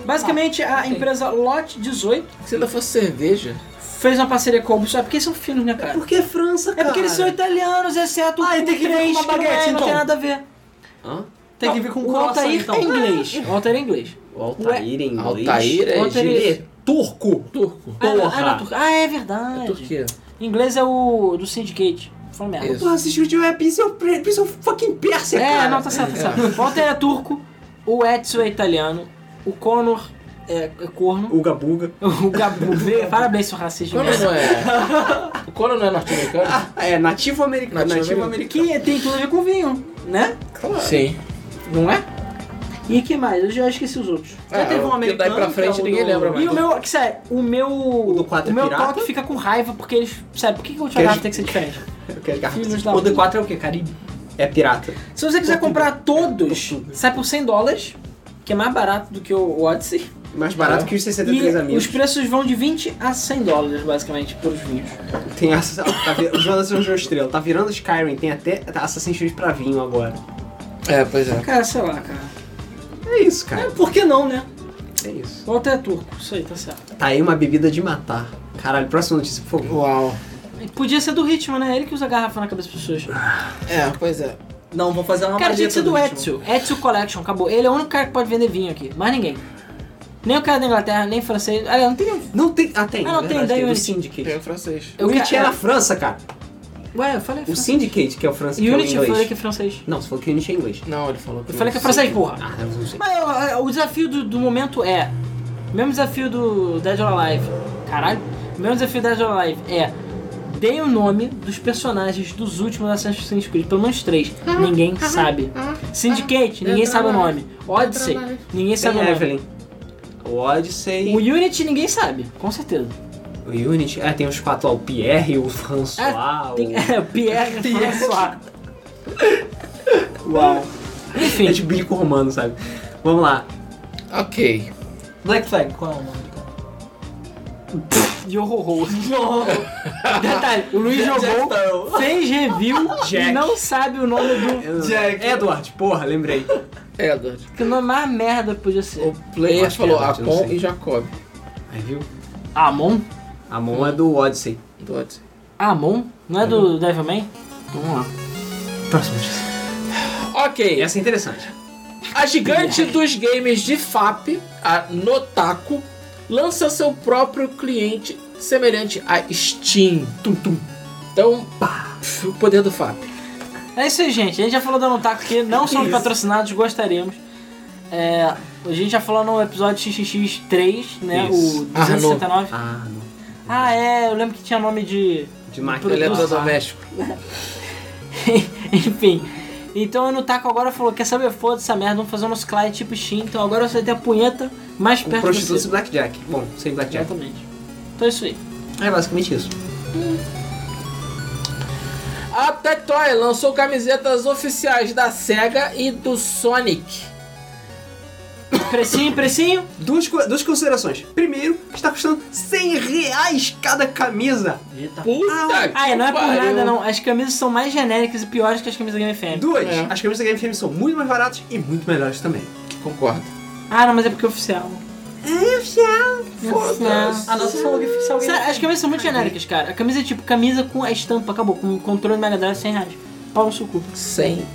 Basicamente, a Tá, ok. empresa Lot 18 Se ainda fosse cerveja. fez uma parceria com o Ubisoft. É porque eles são finos, né, cara? Por que França, É cara? porque eles são italianos, exceto Ah, o e tem que ver três, com que não é, espaguete, Não tem então. nada a ver. Hã? Tem Não, que ver com o coração, Altair então. é inglês. O Altair é inglês. O Altair em inglês. Altair é Altair. gire- Ele é turco. turco. Ah, não, Ah, não, Porra. é turco. Ah, é verdade. É Turquia. Inglês é o do Syndicate. Foi merda. Isso. Porra, assistiu de web, isso é o pre- isso é o fucking Persia, É, cara. não, tá certo, tá certo. O Altair é turco, o Edson é italiano, o Connor é, é corno, Uga buga. o Gabu... Parabéns, seu racismo. Quando não é. Quando não é norte-americano? Ah, é nativo americano. Nativo Nativo americano. Ah. Que tem tudo a ver com vinho, né? Sim. Não é? E que mais? Eu já esqueci os outros. Já É, teve um o que daí americano. pra frente que é o ninguém do- lembra mais. E o meu, que sério, o meu. O do quatro é O meu pirata? toque fica com raiva porque eles. Sério, por que, que o Que Ultra Garra eles- tem que ser diferente? Eu quero garrafa. Filhos da O do puta. 4 é o quê? Caribe? É pirata. Se você quiser Tortuga. comprar todos, Tortuga. sai por 100 dólares, que é mais barato do que o Odyssey. Mais barato que os É. E 63 amigos. os preços vão de 20 a 100 dólares, basicamente, por os vinhos. Tem essa. Tá vir... Os Jonas João Estrela. Tá virando Skyrim. Tem até Assassin's Creed pra vinho agora. É, pois é. Cara, sei lá, cara. É isso, cara. Por que não, né? É isso. Volta é turco, isso aí, tá certo. Tá aí uma bebida de matar. Caralho, próxima notícia, por favor. Uau. Podia ser do ritmo, né? Ele que usa garrafa na cabeça das pessoas. É, pois é. Não, vou fazer uma Cara, tinha que ser do Ezio. Ezio Collection, acabou. Ele é o único cara que pode vender vinho aqui, mais ninguém. Nem o cara da Inglaterra, nem francês. Aliás, não tem nenhum. Não tem. Ah, tem. Ah, não, tem, verdade, daí tem o do Unity. Syndicate. Tem o francês. O Eu Unity que- é na França, cara. Ué, eu falei. O francês. Syndicate, que é o França, que é o Unity, eu inglês. falei que é francês. Não, você falou que o Unity é inglês. Não, ele falou que. Eu falei que é francês, porra. Ah, eu não sei. Mas ó, ó, o desafio do, do momento é. O mesmo desafio do Dead or Alive. Caralho. O mesmo desafio do Dead or Alive é. Deem o nome dos personagens dos últimos Assassin's Creed, pelo menos três. Ninguém sabe. Syndicate, ninguém sabe o nome. Odyssey, ninguém sabe o Tem nome. Evelyn. é. O Odyssey. O Unity, ninguém sabe, com certeza. O Unity. Ah, tem os quatro lá. O Pierre, o François. Tem, o... é, o Pierre, Pierre. François. Uau. Enfim. É de bíblico romano, sabe? Vamos lá. Ok. Black Flag, qual é o nome? Yohoho. tipo Detalhe, o Luiz jogou, fez review Jack. e não sabe o nome do. Jack. Edward, porra, lembrei. Edward. Que nome mais merda podia O ser. player acho que falou é Edward, eu não Acon sei. e Jacob. Aí viu? Amon? A mão é do Odyssey. Do Odyssey. Amon? Não é do Devilman? Vamos lá. Próximo. Ok. Essa é interessante. A gigante dos games de FAP, a Notaku, lança seu próprio cliente semelhante a Steam. Tum, tum. Então, pá, o poder do FAP. É isso aí, gente. A gente já falou da Notaco aqui, não somos Isso. patrocinados, gostaríamos. É, a gente já falou no episódio XXX3, né? Isso. O 269. Ah, não. Ah, é, eu lembro que tinha nome de. De máquina. é é Eletrodoméstico. Enfim. Então o Nutaco agora falou: quer saber? Foda essa merda, vamos fazer o nosso cliente tipo Steam. Então agora você tem a punheta mais Com perto prostitutas de você. e Blackjack. Bom, sem Blackjack. Exatamente. Então é isso aí. É basicamente isso. A Tectoy lançou camisetas oficiais da SEGA e do Sonic. Precinho, precinho. Duas, co- duas considerações. Primeiro, está custando 100 reais cada camisa. Puta Ah, é, não é por pariu. nada não. As camisas são mais genéricas e piores que as camisas da Game FM. Duas, É. as camisas da Game FM são muito mais baratas e muito melhores também. Concordo. Ah, não, mas é porque é oficial. Foda-se. Ah, nossa falou que oficial Sério, as camisas são muito genéricas, cara. A camisa é tipo camisa com a estampa, acabou, com o controle do Mega Drive 100 reais. Pau no seu cu. 100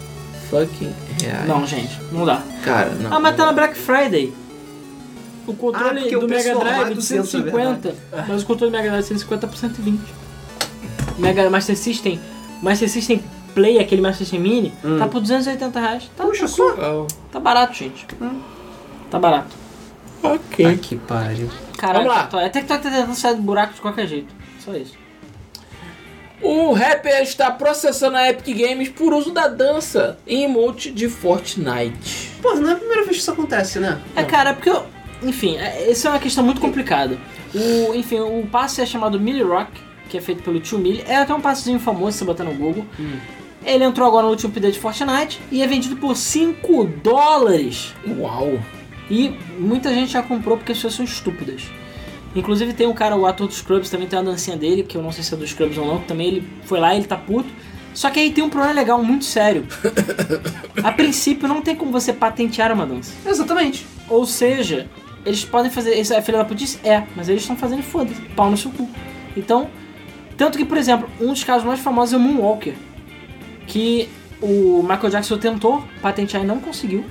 fucking reais. Não, gente, não dá. É, Cara, não. Ah, mas tá na Black Friday. O controle Ah, porque do o preço Mega normal é Drive de 200, 150, mas o controle do Mega Drive de 150 é por 120. Mega Master System, Master System Play, aquele Master System Mini, Hum. tá por 280 reais. Tá, Puxa só. Oh, tá barato, gente. Hum. Tá barato. ok. Ah, que pariu. Caralho, Vamos lá. Tectoy- até que tá tentando sair do buraco de qualquer jeito. Só isso. Um rapper está processando a Epic Games por uso da dança em emote de Fortnite. Pô, não é a primeira vez que isso acontece, né? É, cara, é porque eu. Enfim, é- essa é uma questão muito complicada. O, enfim, o passe é chamado Millie Rock, que é feito pelo Tio Millie. É até um passezinho famoso, se você botar no Google. Ele entrou agora no último update de Fortnite e é vendido por 5 dólares. Uau! E muita gente já comprou porque as pessoas são estúpidas. Inclusive tem um cara, o ator dos Clubs, também tem uma dancinha dele, que eu não sei se é dos Clubs ou não, que também ele foi lá e ele tá puto. Só que aí tem um problema legal muito sério. A princípio não tem como você patentear uma dança. Exatamente. Ou seja, eles podem fazer. Isso é filha da putice? É, mas eles estão fazendo e foda-se, pau no seu cu. Então, tanto que, por exemplo, um dos casos mais famosos é o Moonwalker. Que o Michael Jackson tentou patentear e não conseguiu.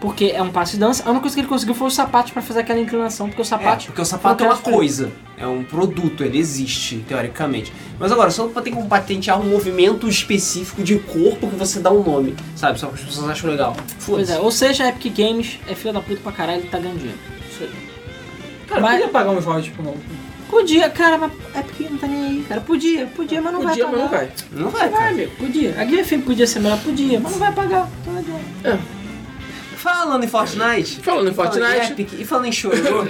Porque é um passo de dança. A única coisa que ele conseguiu foi o sapato pra fazer aquela inclinação, porque o sapato. porque o sapato é Qualquer uma outro. coisa. É um produto, ele existe, teoricamente. Mas agora, só tem como patentear um movimento específico de corpo que você dá um nome, sabe? Só que as pessoas acham legal. Pois Foda-se. é, ou seja, a Epic Games é filha da puta pra caralho e tá ganhando dinheiro. Isso aí. Cara, Mas- podia pagar um jogo, tipo, não. Podia, cara, mas a Epic Games não tá nem aí, cara. Podia, podia, mas não Podia, vai mas pagar. não vai. Não vai, cara. Podia. A Game FM podia ser melhor? Podia, mas não vai pagar. Então não adianta. Falando em Fortnite. Falando em Fortnite, Epic, e falando em chororô.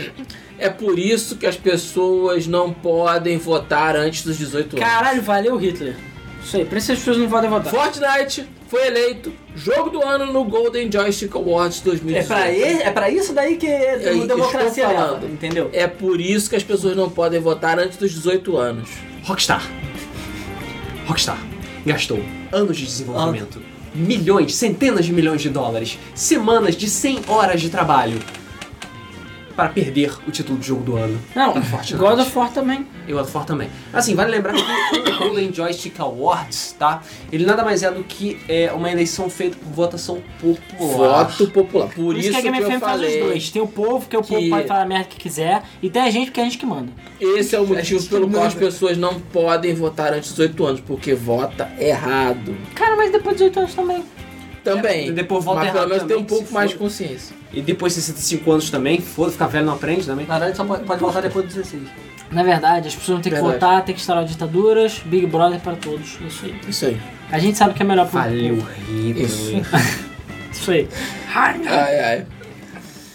é por isso que as pessoas não podem votar antes dos 18 anos. Caralho, valeu Hitler. Isso aí, por isso as pessoas não podem votar. Fortnite foi eleito jogo do ano no Golden Joystick Awards é, 2018. pra e- é pra isso daí que é É aí que eu democracia estou leva, falando. entendeu? É por isso que as pessoas não podem votar antes dos 18 anos. Rockstar. Rockstar gastou anos de desenvolvimento, milhões, centenas de milhões de dólares, semanas de 100 horas de trabalho para perder o título de jogo do ano. Não, Fortnite. God of War também. Eu adoro também. Assim, vale lembrar que o Golden Joystick Awards, tá? Ele nada mais é do que é, uma eleição feita por votação popular. Voto popular. Por, Por isso, que a Game FM eu faz os falei. dois. Tem o povo, que é o povo que- pode falar a merda que quiser, e tem a gente, porque é a gente que manda. Esse é o A motivo gente pelo qual as manda. pessoas não podem votar antes dos 18 anos, porque vota errado. Cara, mas depois de 18 anos também. Também. É, depois vota mas pelo errado menos tem um também, pouco se mais de for. consciência. E depois de 65 anos também, foda, ficar velho não aprende também. Na verdade, só pode, pode voltar depois dos 16. Na verdade, as pessoas vão ter que Verdade. votar, tem que instalar ditaduras, Big Brother para todos. é Isso aí. Isso aí. A gente sabe que é melhor pro Valeu, Isso. Hitler. Isso aí. Ai, ai.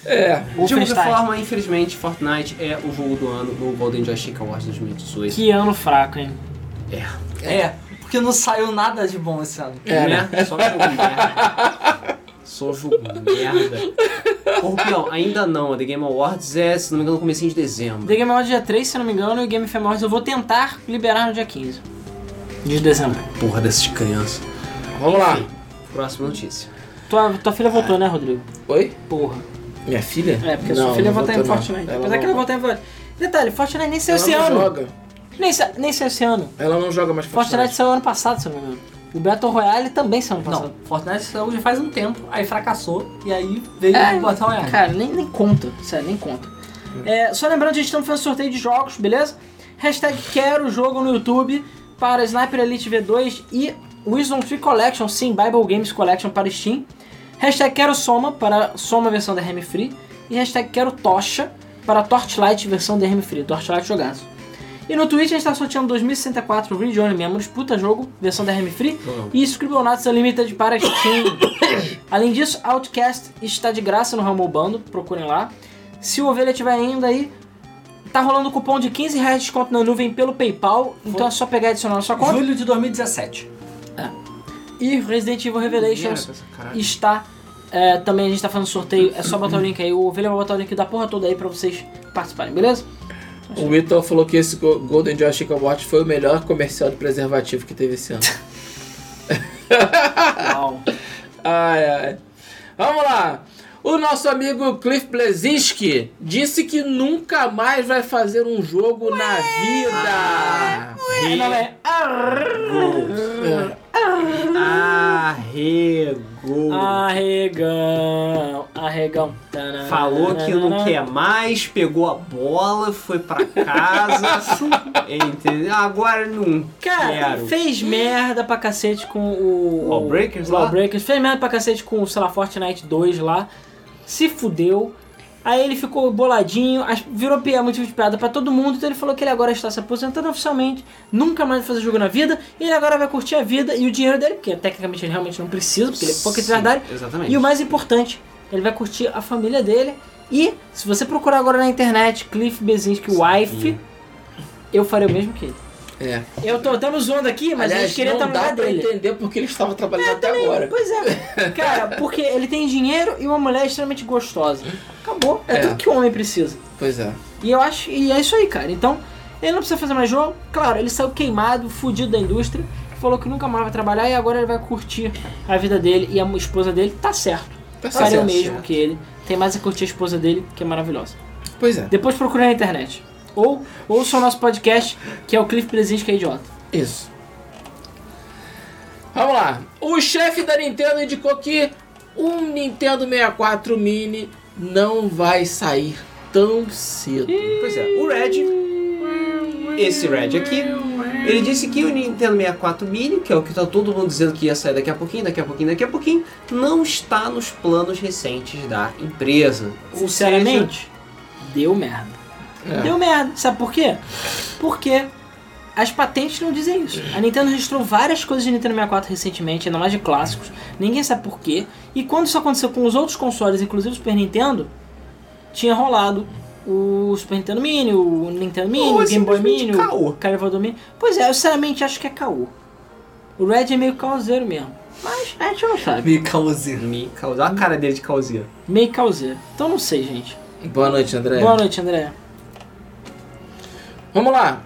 É. De qualquer Wolfenstein. forma, infelizmente, Fortnite é o jogo do ano no Golden Joystick Awards 2018. Que ano fraco, hein? É, porque não saiu nada de bom esse ano. É, né? Merda, Só jogo merda. Só jogo merda. Ou pior, ainda não. A The Game Awards é, se não me engano, no comecinho de dezembro. The Game Awards é dia 3, se não me engano, e o Game FM Awards eu vou tentar liberar no dia 15 de dezembro. Porra dessas crianças. Vamos lá. Próxima notícia. Tua, tua filha votou, né, Rodrigo? Oi? Porra. Minha filha? É, porque a sua filha não votar em votou, não. Fortnite. Ela Apesar não que ela vota. votar em Fortnite. Detalhe, Fortnite nem saiu esse Ela não ano. joga. Nem, sa- nem saiu esse ano. Ela não joga mais Fortnite Fortnite. saiu ano passado, se eu não me engano. O Battle Royale também saiu ano passado. Não, Fortnite saiu já faz um tempo, aí fracassou, e aí veio É, o Battle Royale. Cara, nem, nem conta, sério, nem conta. Hum. É, só lembrando, gente, estamos fazendo sorteio de jogos, beleza? Hashtag quero jogo no YouTube para Sniper Elite V2 e Wisdom Tree Collection, sim, Bible Games Collection para Steam. Hashtag quero Soma para Soma versão da RM Free. E hashtag quero Tocha para Torchlight versão da RM Free, Torchlight jogaço. E no Twitch a gente está sorteando 2064 Read Only Memories, puta jogo, versão da RM Free. E Scribblenauts Unlimited para Steam. Além disso, Outcast está de graça no Rumble Bando, procurem lá. Se o Ovelha tiver ainda aí, tá rolando cupom de 15 reais de desconto na nuvem pelo PayPal, então é só pegar e adicionar na sua conta. Julho de 2017. E Resident Evil Revelations está é, também, a gente tá fazendo sorteio, é só botar o link aí, o Ovelha vai botar o link da porra toda aí pra vocês participarem, beleza? O Vitor falou que esse Go- Golden Joystick Awards foi o melhor comercial de preservativo que teve esse ano. Uau. Ai, ai. Vamos lá. O nosso amigo Cliff Blezinski disse que nunca mais vai fazer um jogo na vida. É, Hum. Arregou. Ah. Arregão, arregão. Tanana, Falou que não nanana. quer mais, pegou a bola, foi pra casa. entendeu? Agora não Cara, quero. fez merda pra cacete com o. Lawbreakers lá? Lawbreakers. Fez merda pra cacete com, sei lá, Fortnite 2 lá. Se fudeu. Aí ele ficou boladinho, as- virou pi- motivo de piada pra todo mundo, então ele falou que ele agora está se aposentando oficialmente, nunca mais vai fazer jogo na vida, e ele agora vai curtir a vida e o dinheiro dele, porque tecnicamente ele realmente não precisa, porque ele é pouco Sim, verdade. É Exatamente. E o mais importante, ele vai curtir a família dele. E se você procurar agora na internet Cliff Bezinski Wife, eu farei o mesmo que ele. É. Eu tô, tamo zoando aqui, mas a Aliás, gente queria estar não no dá lugar pra dele. entender porque ele estava trabalhando até agora. Pois é, cara, porque ele tem dinheiro e uma mulher extremamente gostosa. Acabou, é, É. tudo que o homem precisa. Pois é. E eu acho, e é isso aí, cara. Então, ele não precisa fazer mais jogo. Claro, ele saiu queimado, fudido da indústria, falou que nunca mais vai trabalhar e agora ele vai curtir a vida dele e a esposa dele. Tá certo. Tá Faria certo. o mesmo que ele. Tem mais a curtir a esposa dele, que é maravilhosa. Pois é. Depois procura na internet. Ou ouça o nosso podcast, que é o Cliff Presente que é idiota. Isso. Vamos lá. O chefe da Nintendo indicou que um Nintendo 64 Mini não vai sair tão cedo. Pois é, o Red, esse Red aqui, ele disse que o Nintendo 64 Mini, que é o que tá todo mundo dizendo que ia sair daqui a pouquinho, daqui a pouquinho, daqui a pouquinho, não está nos planos recentes da empresa. Ou Sinceramente, deu merda. É. Deu merda. Sabe por quê? Porque as patentes não dizem isso. A Nintendo registrou várias coisas de Nintendo 64 recentemente, ainda mais de clássicos. Ninguém sabe por quê. E quando isso aconteceu com os outros consoles, inclusive o Super Nintendo, tinha rolado o Super Nintendo Mini, o Nintendo Mini, Ou é o Game Boy simplesmente Mini, caô. o Carnival Mini. Pois é, eu sinceramente acho que é caô. O Red é meio caoseiro mesmo. Mas a gente não sabe. Meio caoseiro. Me causou a cara dele de causeiro. Meio caoseiro. Então não sei, gente. Boa noite, É. André. Boa noite, André. Vamos lá.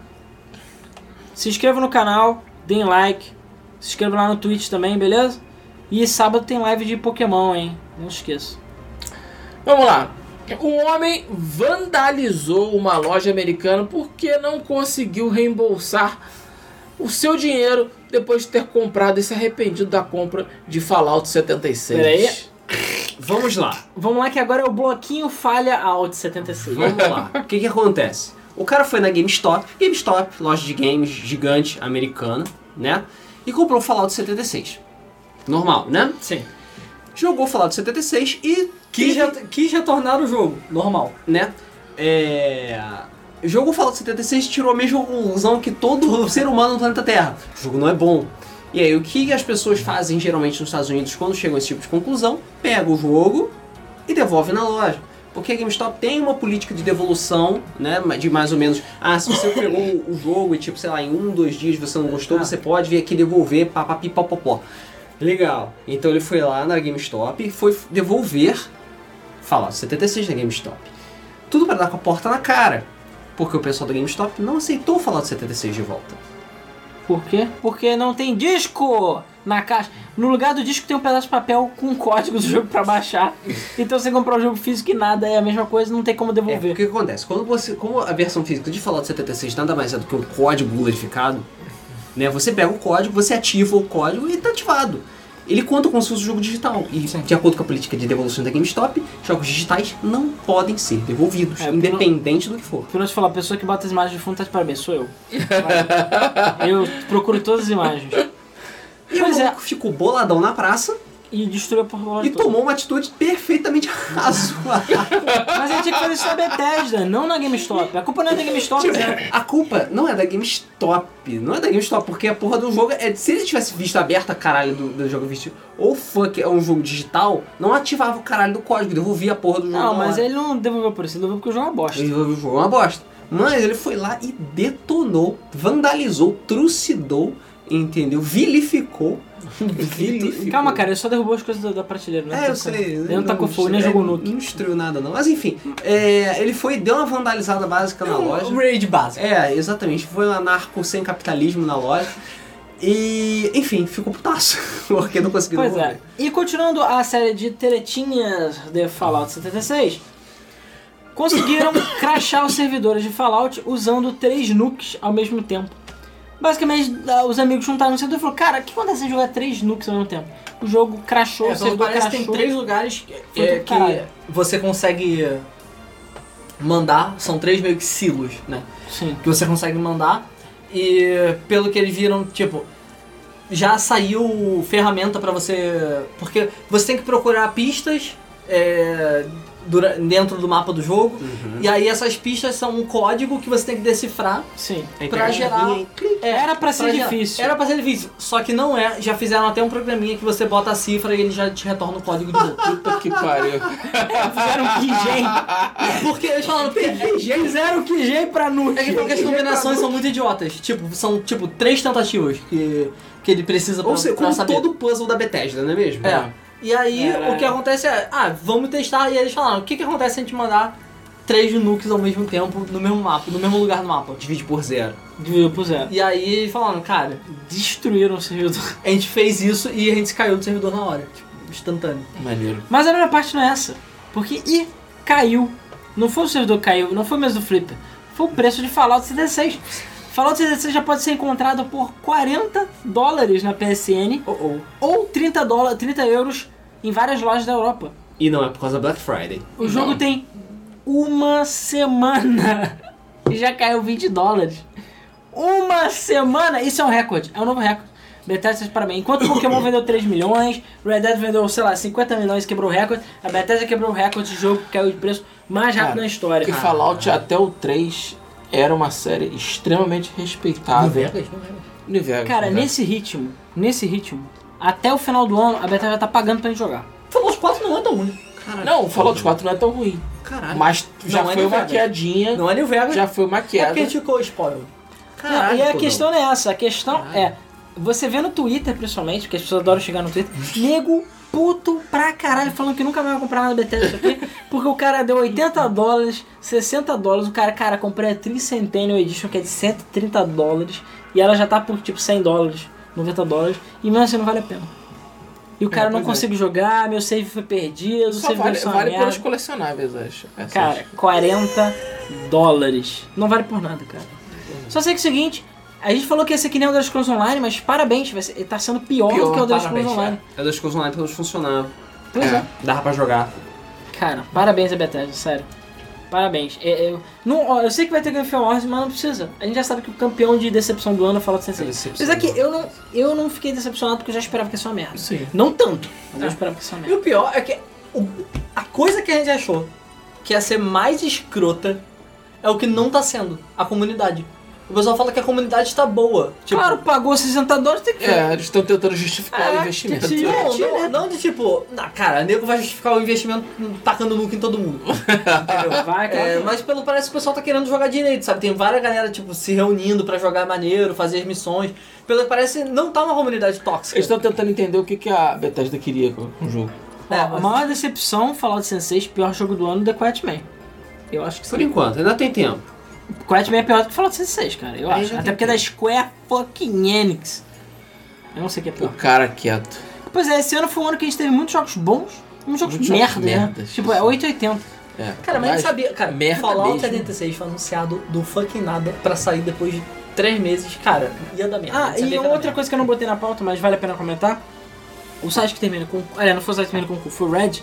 Se inscreva no canal, deem like, se inscreva lá no Twitch também, beleza? E sábado tem live de Pokémon, hein? Não esqueça. Vamos lá. Um homem vandalizou uma loja americana porque não conseguiu reembolsar o seu dinheiro depois de ter comprado e se arrependido da compra de Fallout 76. Peraí. Vamos lá. Vamos lá que agora é o bloquinho falha out 76. Vamos lá. O que que acontece? O cara foi na GameStop, GameStop, loja de games gigante americana, né? E comprou Fallout 76. Normal, né? Sim. Jogou Fallout 76 e Quis, re- quis retornar o jogo, normal. né? É. Jogou Fallout 76 e tirou a mesma conclusão que todo ser humano no planeta Terra. O jogo não é bom. E aí, o que as pessoas fazem geralmente nos Estados Unidos quando chegam a esse tipo de conclusão? Pega o jogo e devolve na loja. Porque a GameStop tem uma política de devolução, né? De mais ou menos, ah, se você pegou o jogo e tipo, sei lá, em um, dois dias você não gostou, você pode vir aqui devolver, papapipopopó. Legal. Então ele foi lá na GameStop e foi devolver Fallout 76 na GameStop tudo para dar com a porta na cara. Porque o pessoal da GameStop não aceitou o Fallout 76 de volta. Por quê? Porque não tem disco na caixa. No lugar do disco tem um pedaço de papel com o código do jogo pra baixar. Então você comprar o jogo físico e nada é a mesma coisa, não tem como É, porque o devolver. que acontece? Quando você, como a versão física de Fallout 76 nada mais é do que um código legificado, né? Você pega o código, você ativa o código e tá ativado. Ele conta como se fosse um jogo digital. E de acordo com a política de devolução da GameStop, jogos digitais não podem ser devolvidos, É, porque não- independente do que for. Pelo menos falar, a pessoa que bota as imagens de fundo tá de parabéns, sou eu. eu procuro todas as imagens. E Pois o é. maluco ficou boladão na praça E destruiu a porta e tomou uma atitude perfeitamente razoável. Mas ele tinha que fazer isso na Bethesda, não na GameStop. A culpa não é da GameStop, Tipo, né? a culpa não é da GameStop, não é da GameStop, porque a porra do jogo é. Se ele tivesse visto aberta, caralho, do, do jogo visto, ou fuck, é um jogo digital, não ativava o caralho do código, devolvia a porra do jogo. Não, na mas é hora. ele não devolveu por isso, ele devolveu porque o jogo é uma bosta. Ele devolveu o jogo, é uma bosta. Mas ele foi lá e detonou, vandalizou, trucidou, entendeu? Vilificou. vilificou. Calma, cara, ele só derrubou as coisas da, da prateleira, né? É, eu sei. Ele não tacou fogo, nem é, jogou nuke. Não destruiu nada, não. Mas enfim, é, ele foi e deu uma vandalizada básica na loja. Um Raid básico. É, exatamente. Foi um anarco sem capitalismo na loja. E, enfim, ficou putaço. Porque não conseguiu Pois é. devolver. E continuando a série de teletinhas de Fallout 76, conseguiram crashar os servidores de Fallout usando três nukes ao mesmo tempo. Basicamente, ah, os amigos juntaram no servidor e falaram, cara, o que acontece se jogar três nukes ao mesmo tempo? O jogo crashou, o servidor É, então parece que crashou. tem três lugares que- Foi é, do que caralho. você consegue mandar. São três meio que silos, né? Sim. que você consegue mandar. E pelo que eles viram, tipo, já saiu ferramenta pra você. Porque você tem que procurar pistas é, dura- dentro do mapa do jogo. E aí essas pistas são um código que você tem que decifrar. Sim. Aí pra pega gerar- e aí, clic. Era é pra Pra ser gerar. difícil. Era pra ser difícil, só que não é. Já fizeram até um programinha que você bota a cifra e ele já te retorna o código do jogo. Puta que pariu. Fizeram Kijin. Porque eles falaram, Fizeram Kijin pra nuke. É que porque as combinações são muito idiotas. Tipo, são tipo três tentativas que, que ele precisa pra, Ou seja, pra como saber. todo puzzle da Bethesda, não é mesmo? É. E aí Caralho. o que acontece é, ah, vamos testar. E eles falaram, o que, que acontece se a gente mandar três nukes ao mesmo tempo no mesmo mapa, no mesmo lugar do mapa? Divide por zero. Dividiu por zero. E aí eles falaram, cara, Destruíram o servidor. a gente fez isso e a gente caiu do servidor na hora. Tipo, instantâneo. Maneiro. Mas a melhor parte não é essa. Porque e caiu. Não foi o servidor que caiu, não foi mesmo o Flipper. Foi o preço de Fallout 76. Fallout 76 já pode ser encontrado por 40 dólares na PSN Oh, oh. ou 30, dólares, 30 euros em várias lojas da Europa. E não é por causa da Black Friday. O jogo tem uma semana e já caiu 20 dólares. Uma semana! Isso é um recorde, é um novo recorde. Bethesda, parabéns. Enquanto Pokémon vendeu 3 milhões, Red Dead vendeu, sei lá, 50 milhões, quebrou o recorde. A Bethesda quebrou o recorde de jogo que caiu de preço mais rápido na história. E Fallout até o 3 era uma série extremamente Ah, é respeitável. New Vegas, Cara, New nesse ritmo, nesse ritmo, até o final do ano, a Bethesda já tá pagando pra gente jogar. Fallout 4 não é tão ruim. Vegas. Não, o Fallout 4 não é tão ruim. Caralho. Mas já Não é foi New uma Vegas. quedinha. Não é New Vegas. Já foi uma é porque a queda. gente ficou spoiler. Não, e a pô, questão não é essa, a questão é, você vê no Twitter principalmente, porque as pessoas adoram chegar no Twitter, nego puto pra caralho, falando que nunca mais vai comprar nada da Bethesda aqui, porque o cara deu 80 dólares, 60 dólares, o cara, cara, comprei a Tricentennial Edition, que é de 130 dólares, e ela já tá por tipo 100 dólares, 90 dólares, e mesmo assim não vale a pena. E o cara não pois é. consegue jogar, meu save foi perdido, o Só save vale, dele só é vale merda. pelos colecionáveis, acho. É, Essas- Cara, 40 dólares. Não vale por nada, cara. Só sei que é o seguinte, a gente falou que ia ser que nem é o Elder Scrolls Online, mas parabéns, vai ser, tá sendo pior, do que é o Elder Scrolls parabéns, Online. É das coisas online que elas funcionavam. Pois é. Dava pra jogar. Cara, parabéns a Bethesda, sério. Parabéns. É, é, não, ó, eu sei que vai ter Game of Awards, mas não precisa. A gente já sabe que o campeão de decepção do ano fala de É Sensei. decepção Mas é que do eu não, eu não fiquei decepcionado porque eu já esperava que ia ser uma merda. Sim. Não tanto, mas É. eu esperava que ia ser uma E merda. o pior é que o- a coisa que a gente achou que ia ser mais escrota é o que não tá sendo, a comunidade. O pessoal fala que a comunidade tá boa. Tipo, claro, pagou 60 dólares, tem que É, eles estão tentando justificar o Ah, investimento. que- não, divertido, né? não, não de tipo, na cara, nego vai justificar o investimento tacando nuke em todo mundo. Entendeu? Vai, aquela É, coisa. mas pelo parece que o pessoal tá querendo jogar direito, sabe? Tem várias galera, tipo, se reunindo pra jogar maneiro, fazer as missões. Pelo que parece, não tá uma comunidade tóxica. Eles estão tentando entender o que, que a Bethesda queria com com o jogo. Ó, É, a mas- assim. maior decepção, Fallout 106, pior jogo do ano, The Quiet Man. Eu acho que Por sim. enquanto, ainda tem tempo. Quiet Man é pior do que Fallout 106, cara, eu Aí acho. já Até tem porque é da Square fucking Enix. Eu não sei o que é O pior. cara quieto. Pois é, esse ano foi um ano que a gente teve muitos jogos bons e muitos jogos Muitos jogos merda, né? merdas, Tipo, é sim. 880. É. Cara, mas, eu sabia. Cara, merda Fallout mesmo. 76 foi anunciado do fucking nada pra sair depois de três meses. Cara, ia dar merda. Ah, sabia que e ia dar outra merda. coisa que eu não botei na pauta, mas vale a pena comentar. O site que termina com... Aliás, não foi o site que termina com cu, foi o Red.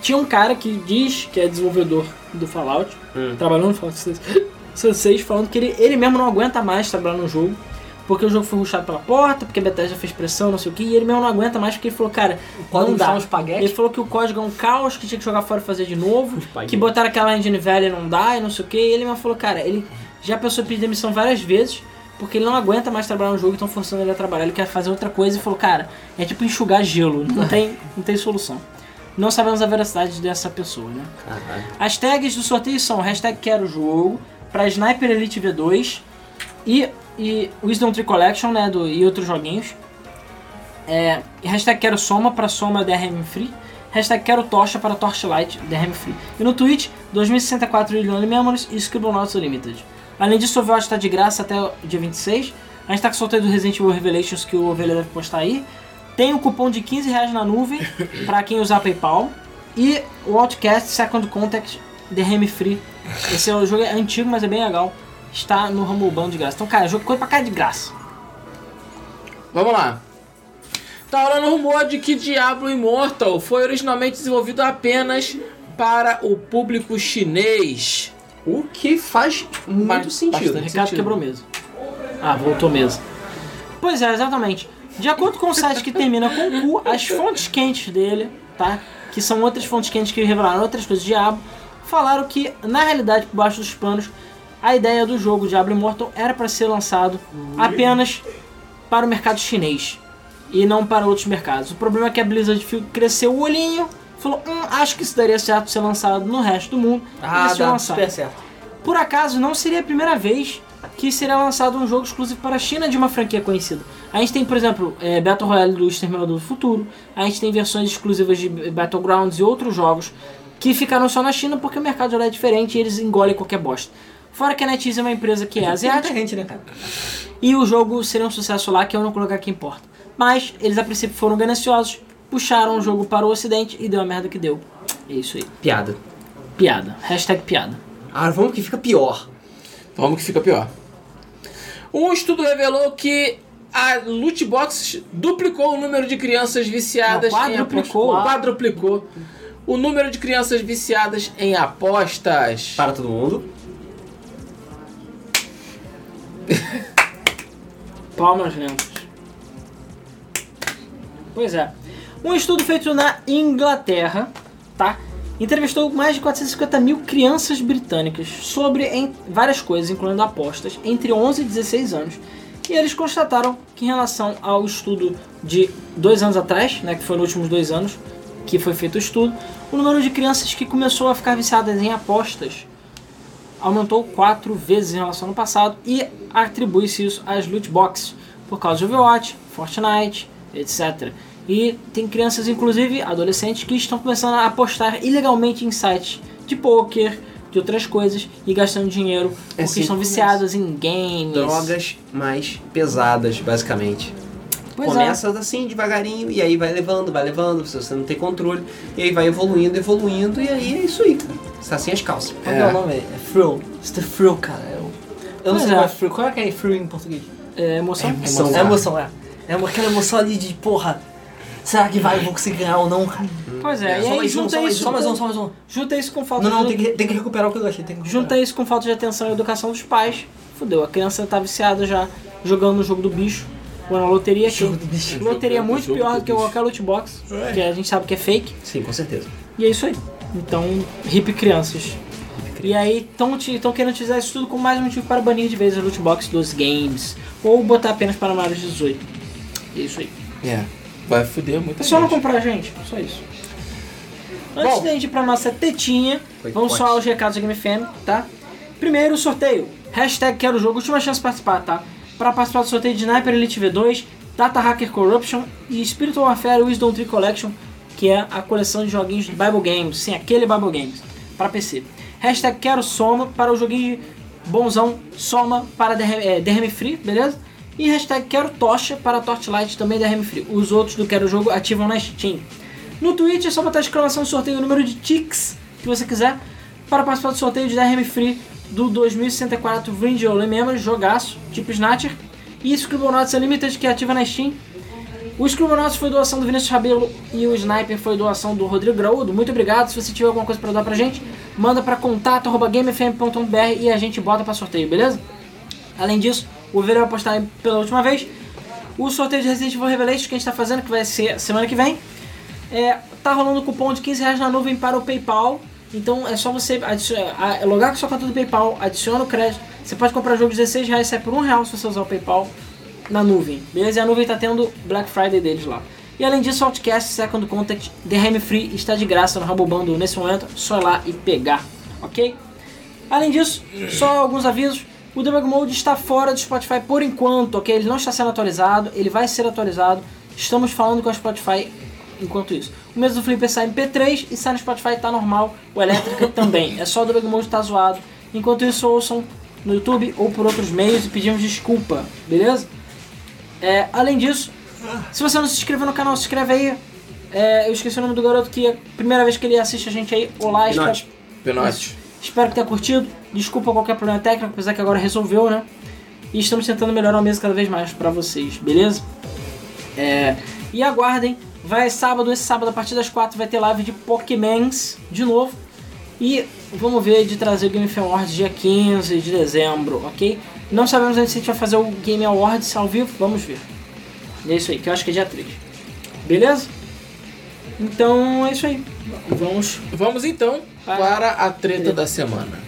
Tinha um cara que diz que é desenvolvedor do Fallout, Hum. trabalhou no Fallout 76, falando que ele, ele mesmo não aguenta mais trabalhar no jogo, porque o jogo foi ruxado pela porta, porque a Bethesda fez pressão, não sei o que, e ele mesmo não aguenta mais, porque ele falou, cara, Pode não usar dá. um espaguete? Ele falou que o código é um caos, que tinha que jogar fora e fazer de novo, espaguete. que botaram aquela engine velha e não dá, e não sei o que, e ele mesmo falou, cara, ele já pensou em pedir demissão várias vezes, porque ele não aguenta mais trabalhar no jogo e estão forçando ele a trabalhar, ele quer fazer outra coisa e falou, cara, é tipo enxugar gelo, não tem, não tem solução. Não sabemos a veracidade dessa pessoa, né? Caralho. As tags do sorteio são hashtag quero jogo, pra Sniper Elite V2 e, e Wisdom Tree Collection, né, do, e outros joguinhos. É, e hashtag quero soma pra soma DRM Free. Hashtag quero tocha para Torchlight DRM Free. E no Twitch, 2064 Illion Memories e Scribblenauts Unlimited. Além disso, o Overwatch está de graça até o dia 26. A gente tá com o sorteio do Resident Evil Revelations que o Ovelha deve postar aí. Tem o cupom de 15 reais na nuvem pra quem usar PayPal. E o Outcast Second Contact DRM Free. Esse é o jogo é antigo, mas é bem legal. Está no Rumble Band de graça. Então, cara, jogo coisa pra cá de graça. Vamos lá. Tá rolando rumor de que Diablo Immortal foi originalmente desenvolvido apenas para o público chinês. O que faz muito Mas- sentido. O bastante. Ricardo sentido. quebrou mesmo. Ah, voltou mesmo. Pois é, exatamente. De acordo com o site que termina com o cu, as fontes quentes dele, tá? Que são outras fontes quentes que revelaram outras coisas do Diabo, falaram que, na realidade, por baixo dos panos, a ideia do jogo Diablo Immortal era para ser lançado apenas para o mercado chinês e não para outros mercados. O problema é que a Blizzard fi- cresceu o olhinho, falou: hum, acho que isso daria certo ser lançado no resto do mundo. e Ah, decidiu é um dá lançar. super certo. Por acaso, não seria a primeira vez que seria lançado um jogo exclusivo para a China de uma franquia conhecida. A gente tem, por exemplo, eh, Battle Royale do Exterminador do Futuro, a gente tem versões exclusivas de Battlegrounds e outros jogos que ficaram só na China porque o mercado já é diferente e eles engolem qualquer bosta. Fora que a NetEase é uma empresa que é Tem muita asiática gente, né, cara? e o jogo seria um sucesso lá que eu não colocar que importa. Mas eles a princípio foram gananciosos, puxaram o jogo para o ocidente e deu a merda que deu. É isso aí. Piada. Piada. Hashtag piada. Ah, vamos que fica pior. Vamos que fica pior. Um estudo revelou que a loot box duplicou o número de crianças viciadas Não, em quadruplicou. apostas. Quadruplicou o número de crianças viciadas em apostas. Tá. Para todo mundo. Palmas lentas. Pois é. Um estudo feito na Inglaterra, tá? entrevistou mais de 450 mil crianças britânicas sobre em- várias coisas, incluindo apostas, entre 11 e 16 anos. E eles constataram que em relação ao estudo de dois anos atrás, né, que foi nos últimos dois anos, que foi feito o estudo, o número de crianças que começou a ficar viciadas em apostas aumentou quatro vezes em relação ao ano passado e atribui-se isso às loot boxes, por causa de Overwatch, Fortnite, etc. E tem crianças, inclusive adolescentes, que estão começando a apostar ilegalmente em sites de poker, de outras coisas, e gastando dinheiro porque assim estão que viciadas em games. Drogas mais pesadas, basicamente. Pois é. Começa assim, devagarinho, e aí vai levando, vai levando, se você não tem controle, e aí vai evoluindo, evoluindo, e aí é isso aí, cara. Você tá sem as calças. Qual é, o nome? É Frill. Mr. Frill, cara. Eu, eu não Pois sei é. qual é Frill. Qual é que é Frill em português? É emoção. emoção. É emoção, é. É uma- aquela emoção ali de, porra, será que vai, eu vou conseguir ganhar ou não, cara? Pois é, e só aí mais um, junta só mais um, isso. só mais um, com- só mais um. Junta isso com falta Não, não, de tem que, tem que recuperar o que eu achei, tem que recuperar. Junta isso com falta de atenção e educação dos pais. Fudeu, a criança tá viciada já jogando no jogo do bicho. Ou na loteria. Que Jogo do bicho. loteria é muito Jogo pior do do que bicho. qualquer loot box. Que a gente sabe que é fake. Sim, com certeza. E é isso aí. Então, hip crianças. E aí, estão querendo utilizar isso tudo como mais um motivo para banir de vez a loot box dos games. Ou botar apenas para maiores de 18. E é isso aí. É. Vai fuder muita É só não gente. comprar, gente. Só isso. Antes Bom. da gente ir pra nossa tetinha, Foi vamos forte. só aos recados da Game FM, tá? Primeiro, o sorteio. Hashtag quero jogo, última chance de participar, tá? Pra participar do sorteio de Sniper Elite V2, Data Hacker Corruption e Spiritual Warfare Wisdom Tree Collection, que é a coleção de joguinhos de Bible Games, sim, aquele Bible Games, pra PC. Hashtag quero soma para o joguinho de bonzão soma para DRM, é, DRM Free, beleza? E hashtag quero tocha para Torchlight também DRM Free. Os outros do quero jogo ativam na Steam. No Twitch é só botar exclamação sorteio o número de ticks que você quiser para participar do sorteio de DRM Free do 2064 Vrindiolo mesmo, jogaço, tipo Snatcher. E Scribblenauts Unlimited que ativa na Steam. O Scribblenauts foi doação do Vinícius Rabelo e o Sniper foi doação do Rodrigo Graúdo. Muito obrigado. Se você tiver alguma coisa para dar pra gente, manda para contato.gamefm.br e a gente bota para sorteio, beleza? Além disso, o Vieira vai postar aí pela última vez o sorteio de Resident Evil Revelations que a gente tá fazendo, que vai ser semana que vem. É, tá rolando cupom de 15 reais na nuvem para o PayPal. Então é só você adicionar, a- é logar com sua conta do PayPal, adiciona o crédito. Você pode comprar jogo de 16 reais, sai por 1 real se você usar o PayPal na nuvem. Beleza? E a nuvem tá tendo Black Friday deles lá. E além disso, Outcast, Second Contact, DRM Free está de graça no Rumble Bundle nesse momento. Só ir lá e pegar, ok? Além disso, só alguns avisos. O Debug Mode está fora do Spotify por enquanto, ok? Ele não está sendo atualizado, ele vai ser atualizado. Estamos falando com a Spotify enquanto isso. O mesmo do Flipper sai em P3 e sai no Spotify, tá normal. O Elétrica também. É só o Debug Mode tá zoado. Enquanto isso, ouçam no YouTube ou por outros meios e pedimos desculpa, beleza? É, além disso, se você não se inscreveu no canal, se inscreve aí. É, eu esqueci o nome do garoto que é a primeira vez que ele assiste a gente aí. Olá, espero- Pinote. Pinote. Espero que tenha curtido. Desculpa qualquer problema técnico, apesar que agora resolveu, né? E estamos tentando melhorar o mesa cada vez mais pra vocês, beleza? É, E aguardem, vai sábado, esse sábado a partir das 4 vai ter live de Pokémons de novo. E vamos ver de trazer o Game Film Awards dia 15 de dezembro, ok? Não sabemos ainda se a gente vai fazer o Game Awards ao vivo, vamos ver. E é isso aí, que eu acho que é dia 3. Beleza? Então é isso aí. Vamos Vamos então Para- para a treta da semana.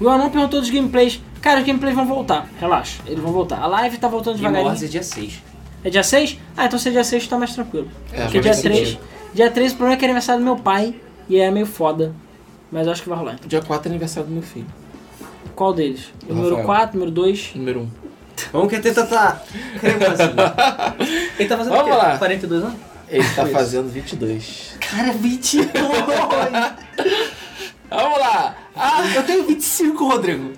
O Anon perguntou dos gameplays. Cara, os gameplays vão voltar, relaxa, eles vão voltar. A live tá voltando E devagarinho. Morse é dia 6. É dia 6? Ah, então se é dia 6 tá mais tranquilo. É, Porque faz dia sentido. 3. Dia 3 o problema é que é aniversário do meu pai e é meio foda. Mas eu acho que vai rolar. Então, Dia 4 é aniversário do meu filho. Qual deles? O O número Rafael. 4, número 2. Número 1. Um. Vamos que tenta tá. Ele tá fazendo Vamos o quê? lá. 42 anos? É Ele tá fazendo 22. Cara, 22! Vamos lá! Ah, eu tenho 25, Rodrigo.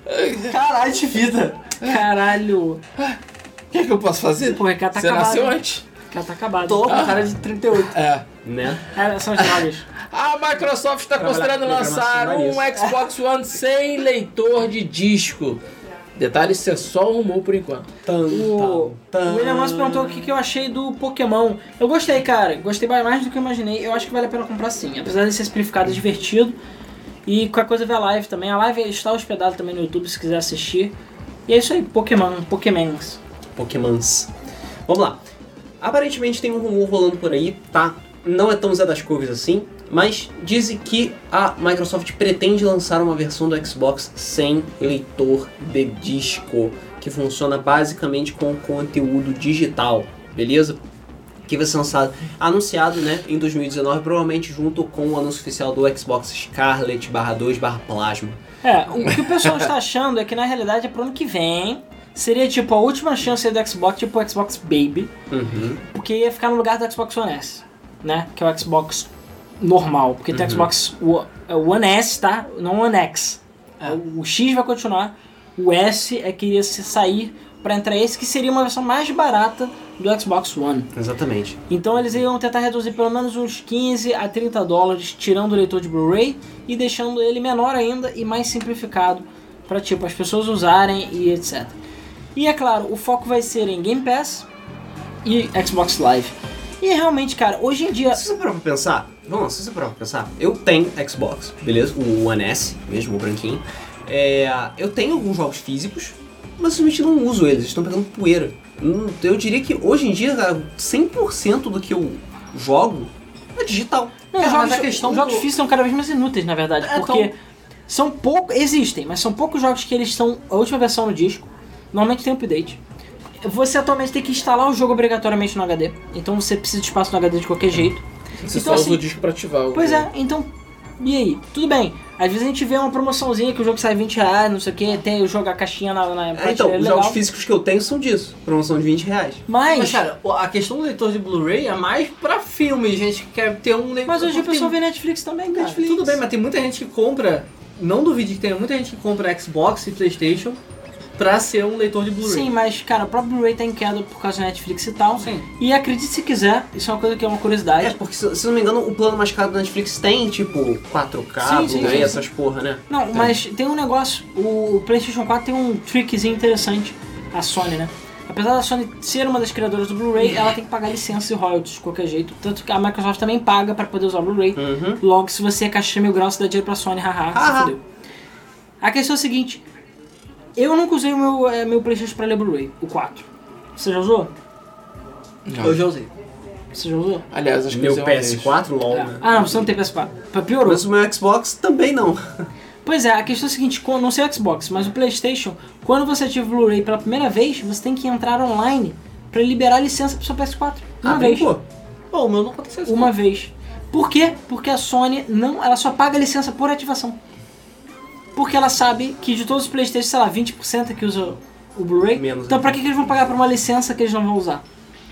Caralho, de vida. Caralho! o que é que eu posso fazer? Pô, o recado tá Você acabado. nasceu antes? O cara tá acabado. Tô com cara de 38. É. né? É, são as drogas. A Microsoft tá está considerando lançar um Xbox One sem leitor de disco. Detalhe, isso é só um rumor por enquanto. Tan, O, tan, o William tan. Moss perguntou o que, que eu achei do Pokémon. Eu gostei, cara. Gostei mais do que eu imaginei. Eu acho que vale a pena comprar sim. Apesar de ser simplificado, é divertido. E qualquer coisa ver a live também. A live está hospedada também no YouTube se quiser assistir. E é isso aí, Pokémon, Pokémons. Pokémons. Vamos lá. Aparentemente tem um rumor rolando por aí, tá? Não é tão Zé das Curvas assim, mas dizem que a Microsoft pretende lançar uma versão do Xbox sem leitor de disco, que funciona basicamente com conteúdo digital, beleza? Que vai ser lançado, anunciado né, em 2019, provavelmente junto com o anúncio oficial do Xbox Scarlet barra 2 barra Plasma. É, o que o pessoal está achando é que na realidade é pro ano que vem. Seria tipo a última chance aí do Xbox, tipo o Xbox Baby. Uhum. Porque ia ficar no lugar do Xbox One S, né? Que é o Xbox normal. Porque tem o Xbox One- é o One S, tá? Não o One X. O X vai continuar. O S é que ia se sair pra entrar esse, que seria uma versão mais barata do Xbox One. Exatamente. Então eles iam tentar reduzir pelo menos uns 15 a 30 dólares, tirando o leitor de Blu-ray e deixando ele menor ainda e mais simplificado para tipo as pessoas usarem e etc. E é claro, o foco vai ser em Game Pass e Xbox Live. E realmente, cara, hoje em dia Se você parar pra pensar, vamos lá, se você parar pra pensar, eu tenho Xbox, beleza? O One S, mesmo, o branquinho. É, eu tenho alguns jogos físicos, mas simplesmente não uso eles, estão pegando poeira. Hum, Eu diria que hoje em dia, cara, 100% do que eu jogo é um digital. Não, Cara, jogos, mas a questão os jogos do- físicos são cada vez mais inúteis, na verdade, É, porque então- são poucos. Existem, mas são poucos jogos que eles estão. A última versão no disco. Normalmente tem update. Você atualmente tem que instalar o jogo obrigatoriamente no HD. Então você precisa de espaço no HD de qualquer jeito. Você Então, só usa assim, o disco pra ativar o. Pois é, então. E aí? Tudo bem. Às vezes a gente vê uma promoçãozinha que o jogo sai 20 reais, não sei o que, tem o jogo, a caixinha na, na É, então, prateleira, os legal. jogos físicos que eu tenho são disso, promoção de 20 reais. Mas, Mas, mas, cara, a questão do leitor de Blu-ray é mais pra filme, gente que quer ter um leitor. hoje a porque pessoa vê Netflix também, cara. Netflix. Tudo bem, mas tem muita gente que compra, não duvide que tem muita gente que compra Xbox e Playstation pra ser um leitor de Blu-ray. Sim, mas, cara, o próprio Blu-ray tá em queda por causa da Netflix e tal. Sim. E acredite se quiser, isso é uma coisa que é uma É, curiosidade. porque se, se não me engano, o plano mais caro da Netflix tem, tipo, 4K, Sim, sim, Blu-ray, sim. essas porra, né? Não, mas tem um negócio, o PlayStation 4 tem um trickzinho interessante, a Sony, né? Apesar da Sony ser uma das criadoras do Blu-ray, ela tem que pagar licença e royalties de qualquer jeito. Tanto que a Microsoft também paga pra poder usar o Blu-ray. Uhum. Logo, se você é caixa mil graus, você dá dinheiro pra Sony, haha, se Haha. fudeu. A questão é a seguinte: eu nunca usei o meu, eh, meu PlayStation pra ler Blu-ray, o 4. Você já usou? Eu já usei. Você já usou? Aliás, acho que Meu eu usei é uma vez. PS4, LOL, né? Ah, não, você não tem PS4. Piorou. Mas o meu Xbox também não. Pois é, a questão é a seguinte, com- não sei o Xbox, mas o Playstation, quando você ativa o Blu-ray pela primeira vez, você tem que entrar online pra liberar a licença pro seu PS4. Uma Ah, vez. pô. Bom, o meu não aconteceu isso. Uma vez. Por quê? Porque a Sony não, ela só paga a licença por ativação. Porque ela sabe que de todos os Playstation, sei lá, 20% que usa o Blu-ray. Menos, Então né? pra que que eles vão pagar por uma licença que eles não vão usar?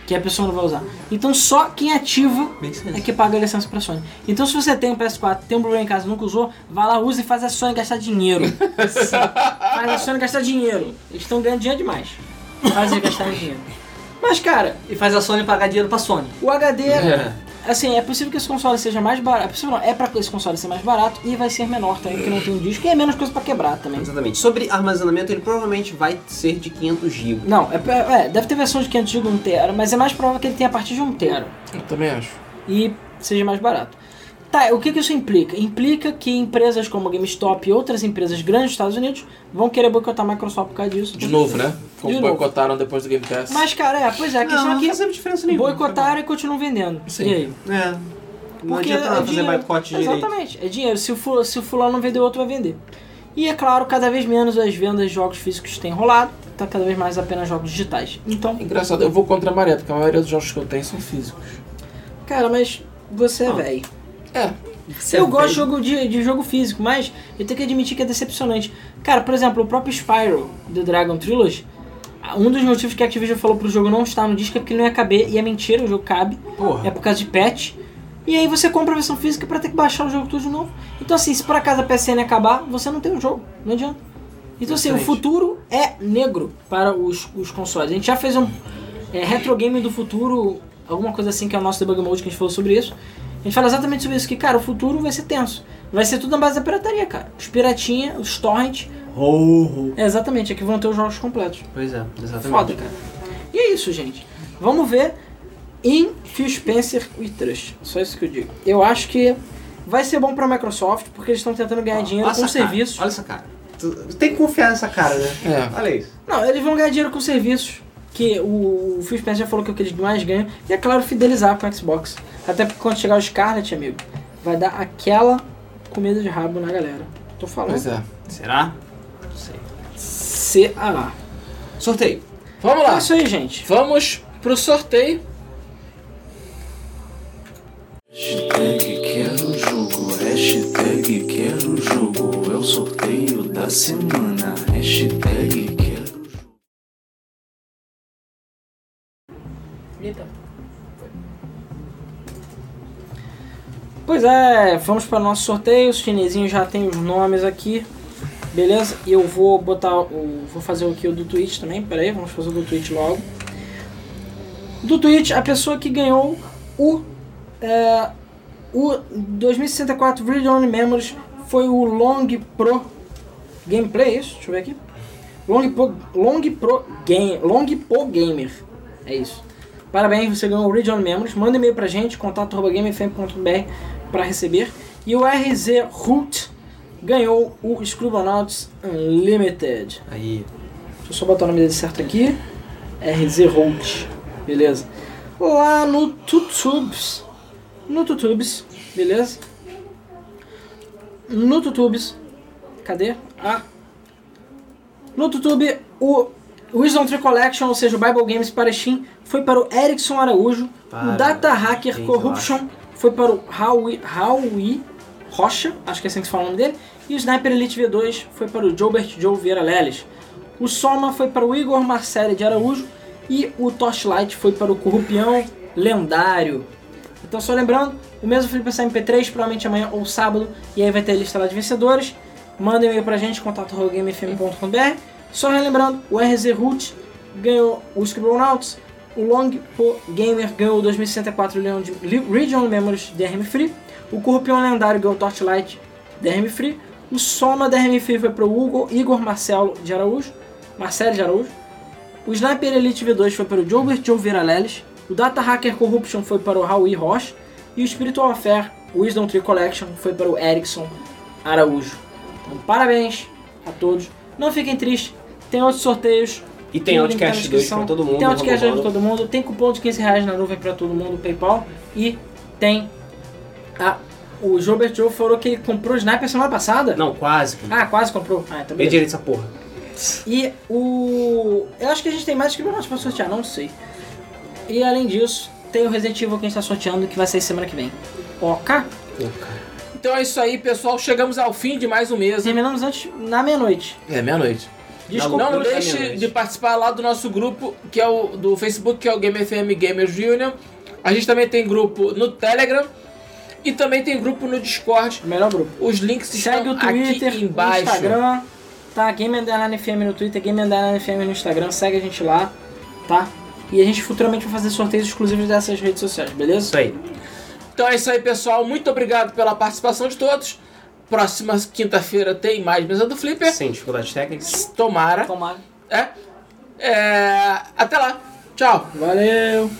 Que a pessoa não vai usar. Então só quem ativa é que paga a licença pra Sony. Então se você tem um PS4, tem um Blu-ray em casa e nunca usou, vai lá, usa e faz a Sony gastar dinheiro. faz a Sony gastar dinheiro. Eles estão ganhando dinheiro demais. Faz eles gastarem dinheiro. Mas cara, E faz a Sony pagar dinheiro pra Sony. o HD, assim, é possível que esse console seja mais barato. É possível não, é pra esse console ser mais barato e vai ser menor também, porque não tem um disco e é menos coisa pra quebrar também. Exatamente. Sobre armazenamento, ele provavelmente vai ser de 500 GB. Não, é, é- é, deve ter versão de 500 GB 1 tera, mas é mais provável que ele tenha a partir de 1 tera. Eu também acho. e seja mais barato. Tá, o que, que isso implica? Implica que empresas como a GameStop e outras empresas grandes dos Estados Unidos vão querer boicotar a Microsoft por causa disso. De novo, né? Como novo. boicotaram depois do Game Pass. Mas, cara, é, pois é, a questão é faz diferença que boicotaram e continuam vendendo. Sim. E aí? É. Não Porque adianta nada é fazer dinheiro. boicote direito. Exatamente, é dinheiro. Se o, fula, se o fulano não vender, o outro vai vender. E é claro, cada vez menos as vendas de jogos físicos têm rolado, tá cada vez mais apenas jogos digitais. Então, Engraçado, eu vou contra a maré, porque a maioria dos jogos que eu tenho são físicos. cara, mas você é Ah. velho. É, eu gosto de jogo de, de jogo físico, mas eu tenho que admitir que é decepcionante. Cara, por exemplo, o próprio Spyro do Dragon Trilogy, um dos motivos que a Activision falou pro jogo não estar no disco é porque ele não ia caber, e é mentira, o jogo cabe. Porra. É por causa de patch. E aí você compra a versão física pra ter que baixar o jogo tudo de novo. Então assim, se por acaso a PSN acabar, você não tem o jogo, não adianta. Então assim, o Exatamente. futuro é negro para os, os consoles. A gente já fez um é, retro game do futuro, alguma coisa assim que é o nosso debug mode que a gente falou sobre isso. A gente fala exatamente sobre isso, que cara, o futuro vai ser tenso. Vai ser tudo na base da pirataria, cara. Os piratinha, os torrents Ho, ho. É, exatamente, aqui vão ter os jogos completos. Pois é, exatamente. Tá Foda, cara. E é isso, gente. Vamos ver em Phil Spencer e Trust. Só isso que eu digo. Eu acho que vai ser bom pra Microsoft, porque eles estão tentando ganhar dinheiro Olha com essa cara, serviços. Olha essa cara. Tu tem que confiar nessa cara, né? É. Olha isso. Não, eles vão ganhar dinheiro com serviços. Que o o Phil Spencer já falou que é o que eles mais ganham. E é claro, fidelizar com o Xbox. Até porque quando chegar o Scarlet, amigo, vai dar aquela comida de rabo na galera. Tô Pois falando. é. Será? C.A. Sorteio. Vamos É lá. isso aí, gente. Vamos pro sorteio. Hashtag quero jogo, hashtag quero jogo, é o sorteio da semana. Hashtag quero Pois é, vamos para o nosso sorteio. Os chinesinhos já tem os nomes aqui. Beleza? E eu vou botar o. Vou fazer o que o do Twitch também. Pera aí, vamos fazer o do Twitch logo. Do Twitch, a pessoa que ganhou o. É, o 2064 Video Only Memories foi o Long Pro Gameplay, é isso? Deixa eu ver aqui. Long Pro, Long Pro, Game, Long Pro Gamer. É isso. Parabéns, você ganhou o Regional Memories. Manda e-mail pra gente, contato.gamefm.br pra receber. E o RZ Root ganhou o Scribblenauts Unlimited. Aí. Deixa eu só botar o nome dele certo aqui. RZ Root. Beleza. Lá no Tutubes. No Tutubes. Beleza? No Tutubes. Cadê? Ah. No Tutube, o Wisdom Tree Collection, ou seja, o Bible Games para Steam, foi para o Erickson Araújo. Para, o Data Hacker gente, eu Corruption foi para o Howie, Howie Rocha, acho que é assim que se fala o nome dele. E o Sniper Elite V2 foi para o Jobert Joe Vieira Leles. O Soma foi para o Igor Marcelli de Araújo e o Torchlight foi para o Corrupião Lendário. Então só lembrando, o mesmo Felipe sai MP3, provavelmente amanhã ou sábado, e aí vai ter a lista lá de vencedores. Manda e-mail pra gente, contato.gamefm.com.br. Só relembrando, o RZ Root ganhou o Scribblenauts, o Long Po Gamer ganhou o 2064 Leon de- Le- Region Memories DRM Free, o Corrupião Lendário ganhou o Torchlight DRM Free, o Soma DRM Free foi pro Hugo, Igor Marcelo de Araújo, Marcelo de Araújo, o Sniper Elite V2 foi para o Gilbert Joe Viraleles. O Data Hacker Corruption foi para o Raul Rocha. E o Spiritual Affair Wisdom Tree Collection foi para o Erickson Araújo. Então, parabéns a todos. Não fiquem tristes. Tem outros sorteios. E tem o link tá na Outcast 2 pra descrição. todo mundo. Tem Outcast 2 Romano. pra todo mundo. Tem cupom de 15 reais na nuvem para todo mundo, PayPal. E tem a... O Gilbert Joe falou que ele comprou o Sniper semana passada. Não, quase. cara. Ah, quase comprou. Ah, então Vem beleza. direito essa porra. E o. Eu acho que a gente tem mais Scribblenauts pra sortear, não sei. E além disso, tem o Resident Evil que a gente tá sorteando que vai sair semana que vem. Ok? Então é isso aí, pessoal. Chegamos ao fim de mais um mês. Terminamos antes na meia-noite. É meia-noite. Desculpa. Não Não, tá deixe meia-noite. de participar lá do nosso grupo, que é o do Facebook, que é o Game FM Gamers Union. A gente também tem grupo no Telegram e também tem grupo no Discord. Melhor grupo. Os links Segue estão o Twitter, aqui o embaixo. Instagram. Tá, Game Underline FM no Twitter, Game Underline FM no Instagram. Segue a gente lá, tá? E a gente futuramente vai fazer sorteios exclusivos dessas redes sociais, beleza? Isso aí. Então é isso aí, pessoal. Muito obrigado pela participação de todos. Próxima quinta-feira tem mais mesa do Flipper. Sem dificuldades técnicas. Tomara. Tomara. É. É, Até lá. Tchau. Valeu!